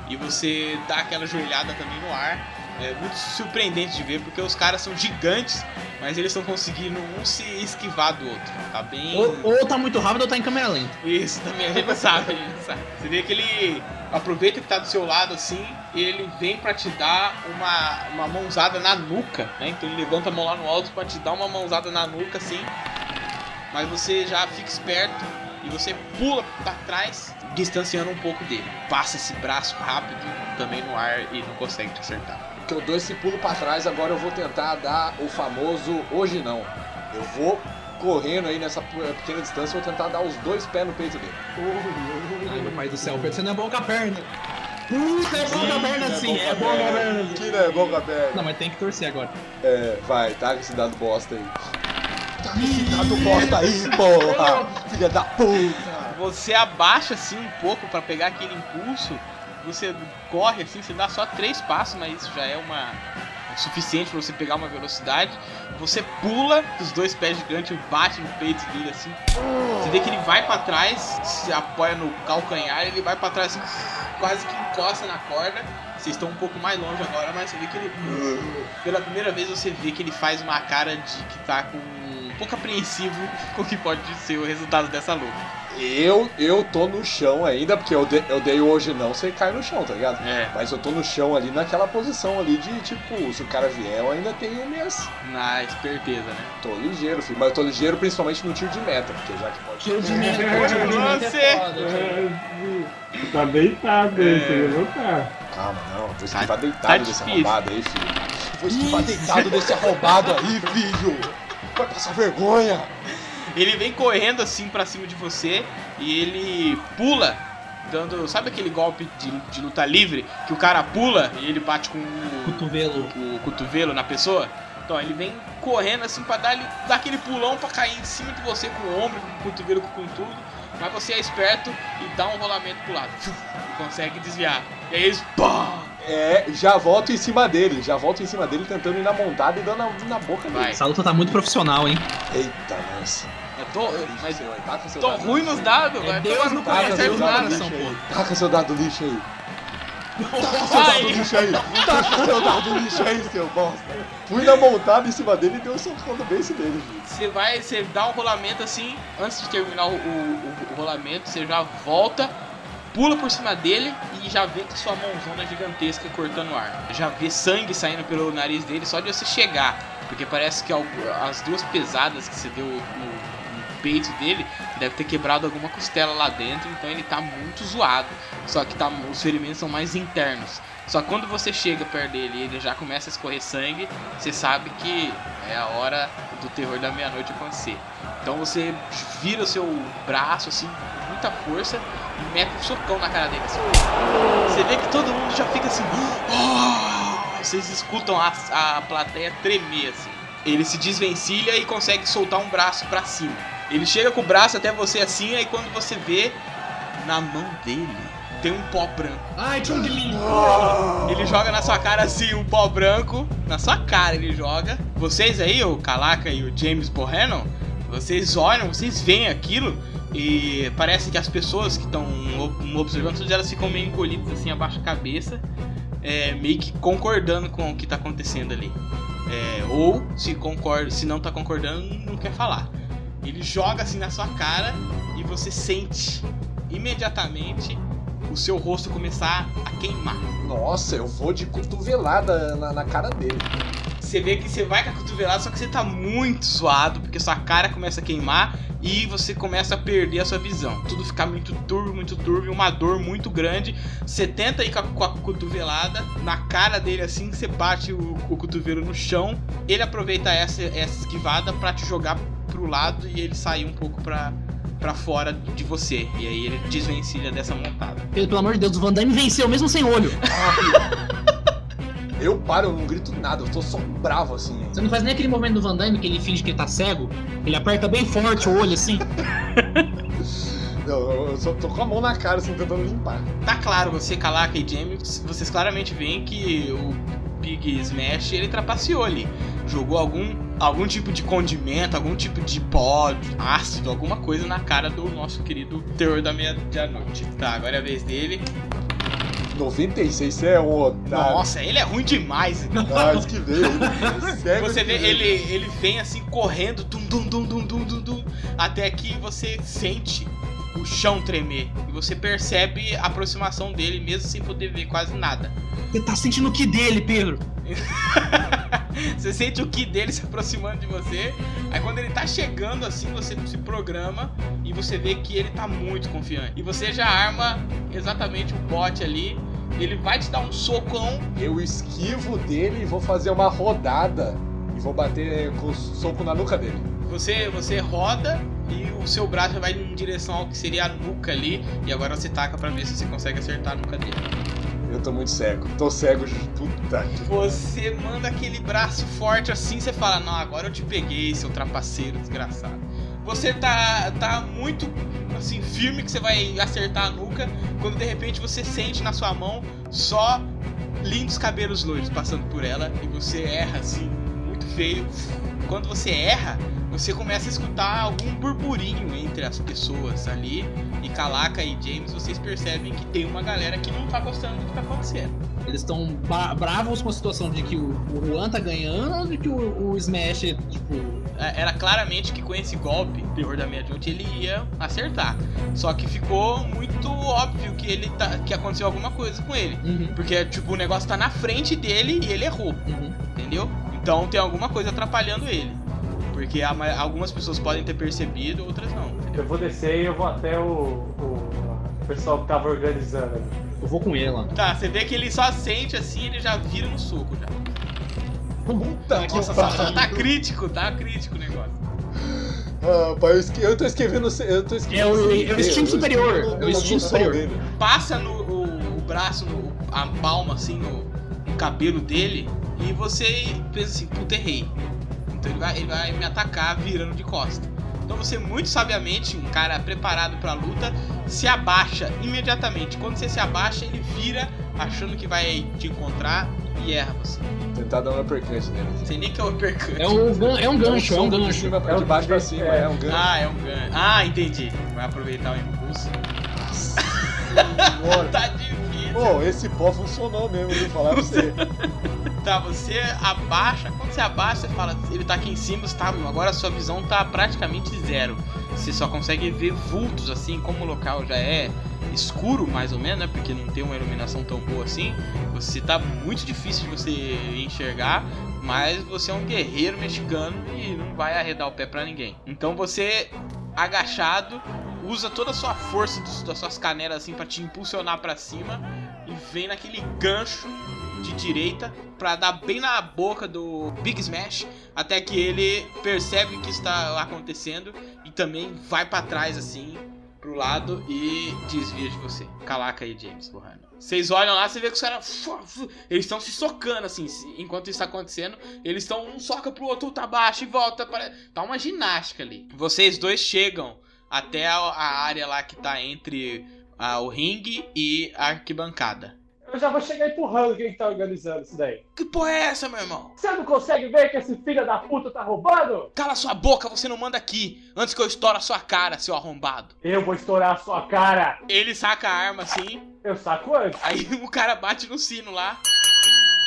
G: e você dá aquela joelhada também no ar. É muito surpreendente de ver, porque os caras são gigantes, mas eles estão conseguindo um se esquivar do outro. Tá bem.
F: Ou, ou tá muito rápido ou tá em câmera lenta.
G: Isso, também a gente não sabe, a gente não sabe. Você vê que ele aproveita que tá do seu lado assim, e ele vem pra te dar uma, uma mãozada na nuca, né? Então ele levanta a mão lá no alto pra te dar uma mãozada na nuca assim. Mas você já fica esperto e você pula pra trás, distanciando um pouco dele. Passa esse braço rápido também no ar e não consegue te acertar.
E: Que eu dou esse pulo pra trás, agora eu vou tentar dar o famoso hoje não. Eu vou correndo aí nessa pequena distância, eu vou tentar dar os dois pés no peito dele.
F: Ai, meu pai do céu, Pedro, você não é bom com a perna. Puta, é bom com a perna sim, é bom com a perna.
E: Que não é bom com a perna.
F: Não, mas tem que torcer agora.
E: É, vai, tá com esse dado bosta aí. Tá com esse dado bosta aí, porra! Filha da puta!
G: Você abaixa assim um pouco pra pegar aquele impulso, você corre assim, você dá só três passos, mas isso já é uma o suficiente pra você pegar uma velocidade. Você pula, os dois pés gigantes batem no peito dele assim. Você vê que ele vai pra trás, se apoia no calcanhar, ele vai pra trás assim, quase que encosta na corda. Vocês estão um pouco mais longe agora, mas você vê que ele. Pela primeira vez você vê que ele faz uma cara de que tá com um pouco apreensivo com o que pode ser o resultado dessa luta.
E: Eu, eu tô no chão ainda, porque eu, de- eu dei o hoje não, você cai no chão, tá ligado?
G: É.
E: Mas eu tô no chão ali naquela posição ali de tipo, se o cara vier, eu ainda tenho minhas.
G: Na esperteza, né?
E: Tô ligeiro, filho. Mas eu tô ligeiro principalmente no tiro de meta, porque já que pode.
F: Tiro de meta, tiro de meta é foda, tio.
K: É, Tá deitado aí, você não tá.
E: Calma, não. Vou esquivar
K: tá
E: deitado desse
K: difícil.
E: arrombado aí, filho. Vou esquivar deitado desse arrombado aí, filho. Vai passar vergonha.
G: Ele vem correndo assim pra cima de você e ele pula, dando. Sabe aquele golpe de, de luta livre que o cara pula e ele bate com o
F: cotovelo,
G: o cotovelo na pessoa? Então ele vem correndo assim pra dar, dar aquele pulão pra cair em cima de você com o ombro, com o cotovelo, com tudo. Mas você é esperto e dá um rolamento pro lado. E consegue desviar. E aí eles. Pá!
E: É, já volto em cima dele. Já volto em cima dele tentando ir na montada e dando na, na boca dele.
F: Essa luta tá muito profissional, hein?
E: Eita, lança.
G: Eu tô, mas
E: Taca seu
G: tô
E: dado
G: é ruim
E: lixo.
G: nos dados,
F: É
G: velho.
F: Deus
G: Mas não
F: no cara,
G: conhece é
F: Deus
G: serve
F: no
G: nada,
F: cara.
G: São Paulo.
E: Taca seu dado lixo aí. Taca seu
G: Ah,
E: dado lixo aí. Taca seu dado lixo aí, seu bosta. Fui na montada em cima dele e deu um socão no beijo dele, filho.
G: Você vai, você dá um rolamento assim, antes de terminar o, o- o rolamento, você já volta, pula por cima dele e já vê com sua mãozona gigantesca cortando o ar. Já vê sangue saindo pelo nariz dele só de você chegar, porque parece que al- as duas pesadas que você deu no, no peito dele deve ter quebrado alguma costela lá dentro, então ele tá muito zoado. Só que tá, os ferimentos são mais internos. Só que quando você chega perto dele e ele já começa a escorrer sangue, você sabe que é a hora do terror da meia-noite acontecer. Então você vira o seu braço assim, com muita força, e mete um socão na cara dele. assim. Você vê que todo mundo já fica assim. "Ah!" Vocês escutam a, a plateia tremer assim. Ele se desvencilha e consegue soltar um braço pra cima. Ele chega com o braço até você assim, aí quando você vê, na mão dele tem um pó branco.
F: Ai, tio de mim!
G: Ele joga na sua cara assim, um pó branco. Na sua cara ele joga. Vocês aí, o Calaca e o James Borrenon, vocês olham, vocês veem aquilo. E parece que as pessoas que estão observando, todas elas ficam meio encolhidas assim, abaixo da cabeça. é, meio que concordando com o que tá acontecendo ali. É, ou se concorda, se não tá concordando, não quer falar. Ele joga assim na sua cara e você sente imediatamente o seu rosto começar a queimar.
E: Nossa, eu vou de cotovelada na, na cara dele.
G: Você vê que você vai com a cotovelada, só que você tá muito zoado, porque sua cara começa a queimar e você começa a perder a sua visão. Tudo fica muito turvo, muito turvo, e uma dor muito grande. Você tenta ir com a, com a cotovelada na cara dele assim, você bate o, o cotovelo no chão. Ele aproveita essa, essa esquivada pra te jogar pro lado e ele sair um pouco pra, pra fora de você. E aí ele desvencilha dessa montada.
F: Pelo pelo amor de Deus, o Van Damme venceu mesmo sem olho.
E: Eu paro, eu não grito nada, eu tô só bravo assim.
F: Você não faz nem aquele momento do Van Damme que ele finge que ele tá cego. Ele aperta bem forte o olho assim.
E: Eu, eu, eu só tô com a mão na cara, assim, tentando limpar.
G: Tá claro, você, Calaca e James, vocês claramente veem que o Big Smash ele trapaceou ali. Jogou algum, algum tipo de condimento, algum tipo de pó, de ácido, alguma coisa na cara do nosso querido terror da meia-noite. Tá, agora é a vez dele.
E: 96, você é um otário.
G: Nossa, ele é ruim demais.
E: Mas que veio. hein? Cego
G: Você
E: que
G: vê,
E: veio.
G: ele, ele vem assim correndo, dum, dum, dum, dum, dum, dum, dum, até que você sente o chão tremer. E você percebe a aproximação dele, mesmo sem poder ver quase nada.
F: Você tá sentindo o que dele, Pedro?
G: Você sente o ki dele se aproximando de você. Aí quando ele tá chegando assim, você se programa e você vê que ele tá muito confiante. E você já arma exatamente o bote ali. Ele vai te dar um socão.
E: Eu esquivo dele e vou fazer uma rodada. E vou
M: eh,
E: bater com o soco na nuca dele.
G: Você, você roda e o seu braço já vai em direção ao que seria a nuca ali. E agora você taca pra ver se você consegue acertar a nuca dele.
E: Eu tô muito cego. Tô cego, ju- puta que.
G: Você manda aquele braço forte assim, você fala: Não, agora eu te peguei, seu trapaceiro desgraçado. Você tá, tá muito assim, firme que você vai acertar a nuca, quando de repente você sente na sua mão só lindos cabelos loiros passando por ela e você erra assim, muito feio. Quando você erra, você começa a escutar algum burburinho entre as pessoas ali. E Calaca e James, vocês percebem que tem uma galera que não tá gostando do que tá acontecendo.
F: Eles estão ba- bravos com a situação de que o, o Juan tá ganhando ou de que o, o Smash, tipo.
G: É, Era claramente que com esse golpe, o terror da Mediante, ele ia acertar. Só que ficou muito óbvio que ele tá, que aconteceu alguma coisa com ele.
F: Uhum.
G: Porque, tipo, o negócio tá na frente dele e ele errou.
F: Uhum.
G: Entendeu? Então tem alguma coisa atrapalhando ele. Porque a ma- algumas pessoas podem ter percebido, outras não.
K: Eu vou descer e eu vou até o, o pessoal que tava organizando.
F: Eu vou com ele lá.
G: Tá, você vê que ele só sente assim ele já vira no soco já.
M: Puta que
G: Nossa,
M: pariu.
F: Uhum.
G: tá crítico, tá crítico o negócio.
M: Ah, pai, eu, esque- eu tô escrevendo. Eu tô escrevendo.
G: É o- é o
M: eu
G: instinto
M: escrevo
G: superior,
M: no-
G: é o
M: na
G: instinto
M: função
G: superior.
M: dele.
G: Passa no o, o braço, no- a palma assim no, no cabelo dele e você pensa assim, puta errei. Então ele vai, ele vai me atacar virando de costa. Então você muito sabiamente, um cara preparado pra luta, se abaixa imediatamente. Quando você se abaixa, ele vira achando que vai te encontrar e erra você.
M: Tentar dar um uppercut nele.
G: Não sei nem que é o uppercut.
F: É um, gan- é um gancho, é um
M: De
F: gancho.
M: cima pra- de baixo pra cima, é um gancho.
G: Ah, é um gancho. Ah, entendi. Vai aproveitar o impulso. tá difícil.
M: Bom, esse pó funcionou mesmo, viu? Falar pra você.
G: Tá, você abaixa. Quando você abaixa, você fala, ele tá aqui em cima, você tá, agora a sua visão tá praticamente zero. Você só consegue ver vultos assim, como o local já é escuro mais ou menos, né? Porque não tem uma iluminação tão boa assim. Você tá muito difícil de você enxergar, mas você é um guerreiro mexicano e não vai arredar o pé pra ninguém. Então você agachado usa toda a sua força dos- das suas canelas assim pra te impulsionar pra cima e vem naquele gancho de direita pra dar bem na boca do Big Smash até que ele percebe o que está acontecendo e também vai pra trás assim pro lado e desvia de você. Calaca aí, James Burrano. Vocês olham lá, você vê que os caras. fu- fu- Eles estão se socando, assim. se- Enquanto isso tá acontecendo, eles estão um soca pro outro, tá baixo e volta. Para... Tá uma ginástica ali. Vocês dois chegam até a, a área lá que tá entre ah, o ringue e a arquibancada.
K: Eu já vou chegar empurrando quem tá organizando isso daí.
G: Que porra é essa, meu irmão?
K: Você não consegue ver que esse filho da puta tá roubando?
G: Cala sua boca, você não manda aqui antes que eu estoure a sua cara, seu arrombado.
K: Eu vou estourar a sua cara.
G: Ele saca a arma assim.
K: Eu saco antes.
G: Aí o cara bate no sino lá.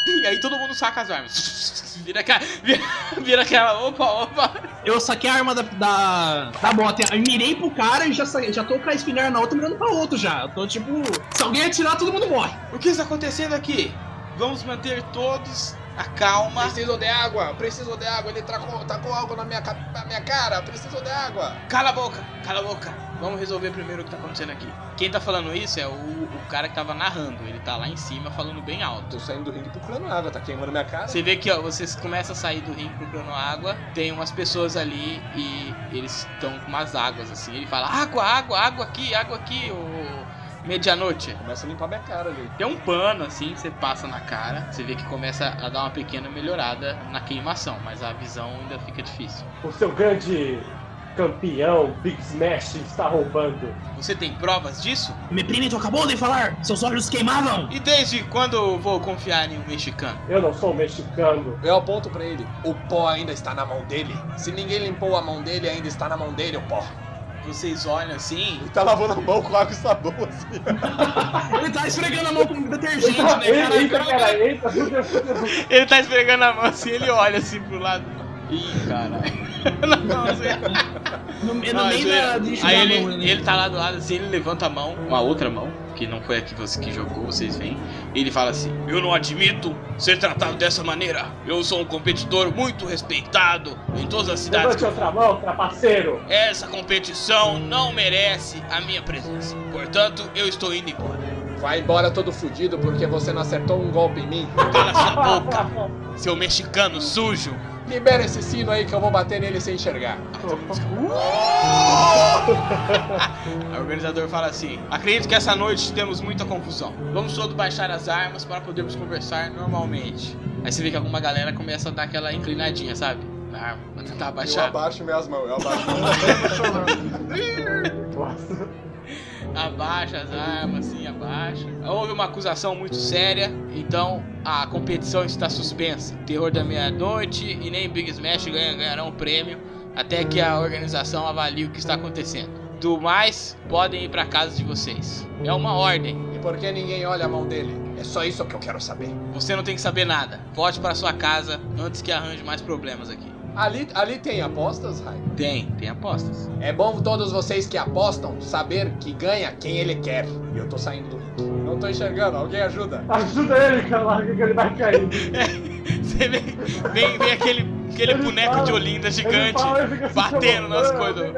G: E aí todo mundo saca as armas. Vira aquela. Vira, vira aquela. Opa, opa.
F: Eu saquei a arma da, da, da bota, eu mirei pro cara e já, sa- já tô com a espingarda na outra mirando pra outro já. Eu tô tipo. Se alguém atirar, todo mundo morre.
G: O que está acontecendo aqui? Vamos manter todos a calma.
E: Preciso de água, preciso de água. Ele tracou, tacou algo na minha, ca- na minha cara, preciso de água.
G: Cala a boca, cala a boca. Vamos resolver primeiro o que tá acontecendo aqui. Quem tá falando isso é o, o cara que tava narrando. Ele tá lá em cima falando bem alto.
M: Tô saindo do ringue procurando água, tá queimando minha cara.
G: Você vê que ó, vocês começam a sair do ringue procurando água, tem umas pessoas ali e eles estão com umas águas assim. Ele fala: água, água, água aqui, água aqui, ô medianoite.
M: Começa a limpar minha cara ali.
G: Tem um pano assim, você passa na cara, você vê que começa a dar uma pequena melhorada na queimação, mas a visão ainda fica difícil.
K: O seu grande campeão Big Smash está roubando.
G: Você tem provas disso?
F: Me primito acabou de falar, seus olhos queimavam.
G: E desde quando eu vou confiar em um mexicano?
K: Eu não sou um mexicano.
E: Eu aponto pra ele. O pó ainda está na mão dele. Se ninguém limpou a mão dele, ainda está na mão dele o pó.
G: Vocês olham assim.
M: Ele tá lavando a mão com água e sabão assim.
F: Ele tá esfregando a mão com detergente, né,
K: Eita,
F: cara?
K: eita, cara, eita.
G: Ele tá esfregando a mão assim, ele olha assim pro lado. Ih, caralho. Não, não, assim.
F: No, no
G: Não,
F: meio
G: zoeira.
F: da, de enxugar
G: Aí
F: a
G: ele,
F: mão, né?
G: ele tá lá do lado assim, ele levanta a mão, uma outra mão, que não foi a que você que jogou, vocês veem. E ele fala assim: Eu não admito ser tratado dessa maneira. Eu sou um competidor muito respeitado em todas as cidades.
K: Levante outra mão, trapaceiro.
G: Essa competição não merece a minha presença. Portanto, eu estou indo embora.
E: Vai embora todo fudido porque você não acertou um golpe em mim.
G: Cala sua boca, seu mexicano sujo.
E: Libera esse sino aí que eu vou bater nele sem enxergar.
G: Aí o organizador fala assim: Acredito que essa noite temos muita confusão. Vamos todos baixar as armas para podermos conversar normalmente. Aí você vê que alguma galera começa a dar aquela inclinadinha, sabe? Na arma, pra tentar
M: Eu
G: abaixar.
M: abaixo minhas mãos, eu abaixo minhas mãos.
G: Abaixa as armas, assim, abaixa. Houve uma acusação muito séria, então a competição está suspensa. Terror da meia-noite e nem Big Smash ganha- ganharão o um prêmio. até que a organização avalie o que está acontecendo. Do mais, podem ir para casa de vocês. É uma ordem.
A: E por que ninguém olha a mão dele? É só isso que eu quero saber.
G: Você não tem que saber nada. Volte para sua casa antes que arranje mais problemas aqui.
A: Ali, ali tem apostas, Rai?
G: Tem, tem apostas.
A: É bom todos vocês que apostam saber que ganha quem ele quer. E eu tô saindo do ringue. Não tô enxergando, alguém ajuda.
D: Ajuda ele, cara, que ele vai cair.
G: Você vê, vem, vem aquele, aquele boneco de Olinda gigante
D: fala, ele fica se
G: batendo nas
D: chamando,
G: coisas.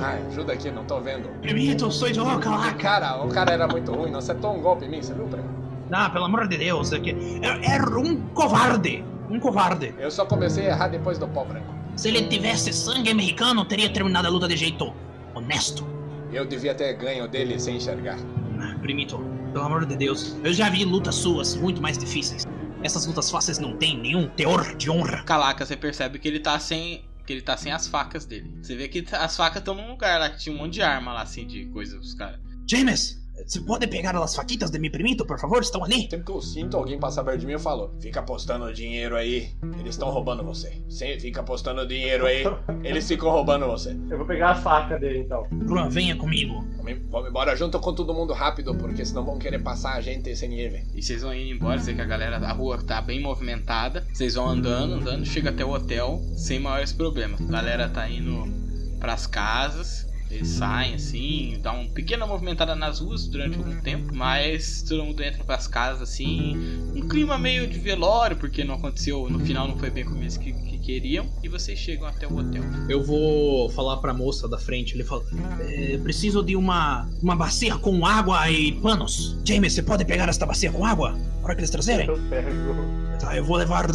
A: Ai, ajuda aqui, não tô vendo.
F: Primito, sou idiota lá.
A: Cara, o cara era muito ruim, não acertou um golpe em mim, você viu, Breno?
F: Não, Ah, pelo amor de Deus, é que é, é um covarde. Um covarde.
A: Eu só comecei a errar depois do pau branco.
F: Se ele tivesse sangue americano, teria terminado a luta de jeito honesto.
A: Eu devia ter ganho dele sem enxergar.
F: Ah, Primito, pelo amor de Deus, eu já vi lutas suas muito mais difíceis. Essas lutas fáceis não têm nenhum teor de honra.
G: Calaca, você percebe que ele tá sem. Que ele tá sem as facas dele. Você vê que as facas estão num lugar lá que tinha um monte de arma lá, assim, de coisa dos caras.
F: James, você pode pegar as faquitas de meu primito, por favor? Estão ali?
A: Sempre que eu sinto alguém passar perto de mim, eu falo: Fica apostando dinheiro aí, eles estão roubando você. Sim, fica apostando dinheiro aí, eles ficam roubando você.
D: Eu vou pegar a faca dele então.
F: Juan, venha comigo.
A: Vamos vamos embora junto com todo mundo rápido, porque senão vão querer passar a gente sem nível.
G: E vocês vão indo embora, você vê que a galera, a rua tá bem movimentada. Vocês vão andando, andando, chega até o hotel sem maiores problemas. A galera tá indo pras casas. Eles saem assim, dá uma pequena movimentada nas ruas durante algum tempo, mas todo mundo entra pras casas assim, um clima meio de velório, porque não aconteceu, no final não foi bem como eles que, que queriam, e vocês chegam até o hotel.
F: Eu vou falar pra moça da frente. Ele fala: "É, Preciso de uma, uma bacia com água e panos. James, você pode pegar esta bacia com água? Na hora que eles trazerem?
D: Eu pego.
F: Tá, eu vou levar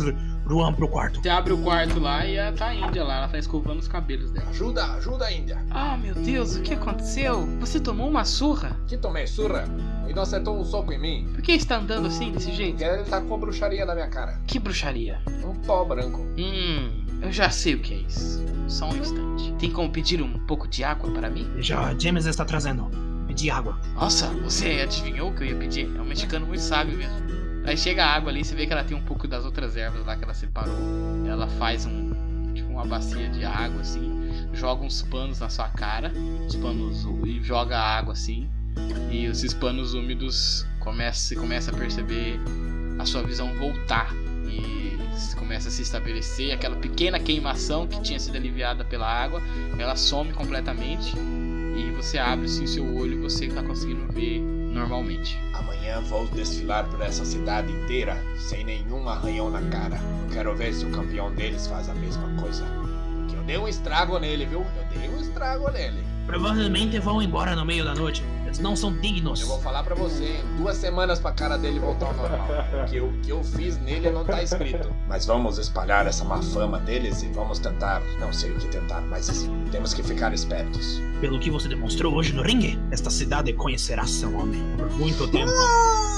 F: Juan pro quarto.
G: Você abre o quarto lá e ela tá a Índia lá, ela tá escovando os cabelos dela.
A: Ajuda, ajuda ainda.
G: Ah, meu Deus, o que aconteceu? Você tomou uma surra?
A: Que tomei surra e não acertou um soco em mim.
G: Por que está andando assim, desse jeito?
A: Ele tacou bruxaria na minha cara.
G: Que bruxaria?
A: Um pau branco.
G: Hum, eu já sei o que é isso. Só um instante. Tem como pedir um pouco de água para mim?
F: Já, Ah, James está trazendo. Pedi água.
G: Nossa, você adivinhou o que eu ia pedir? É um mexicano muito sábio mesmo. Aí chega a água ali, você vê que ela tem um pouco das outras ervas lá que ela separou. Ela faz um tipo uma bacia de água assim, joga uns panos na sua cara, os panos e joga a água assim. E esses panos úmidos começa, você começa a perceber a sua visão voltar e se- começa a se estabelecer. Aquela pequena queimação que tinha sido aliviada pela água, ela some completamente e você abre assim o seu olho e você tá conseguindo ver normalmente.
A: Amanhã vou desfilar por essa cidade inteira sem nenhum arranhão na cara. Eu quero ver se o campeão deles faz a mesma coisa. Que eu dei um estrago nele, viu? Eu dei um estrago nele.
F: Provavelmente vão embora no meio da noite. Eles não são dignos.
A: Eu vou falar pra você, em duas semanas pra cara dele voltar ao normal. Que o que eu fiz nele não tá escrito. Mas vamos espalhar essa má fama deles e vamos tentar. Não sei o que tentar, mas temos que ficar espertos.
F: Pelo que você demonstrou hoje no ringue, esta cidade conhecerá seu nome por muito tempo.
A: Ah!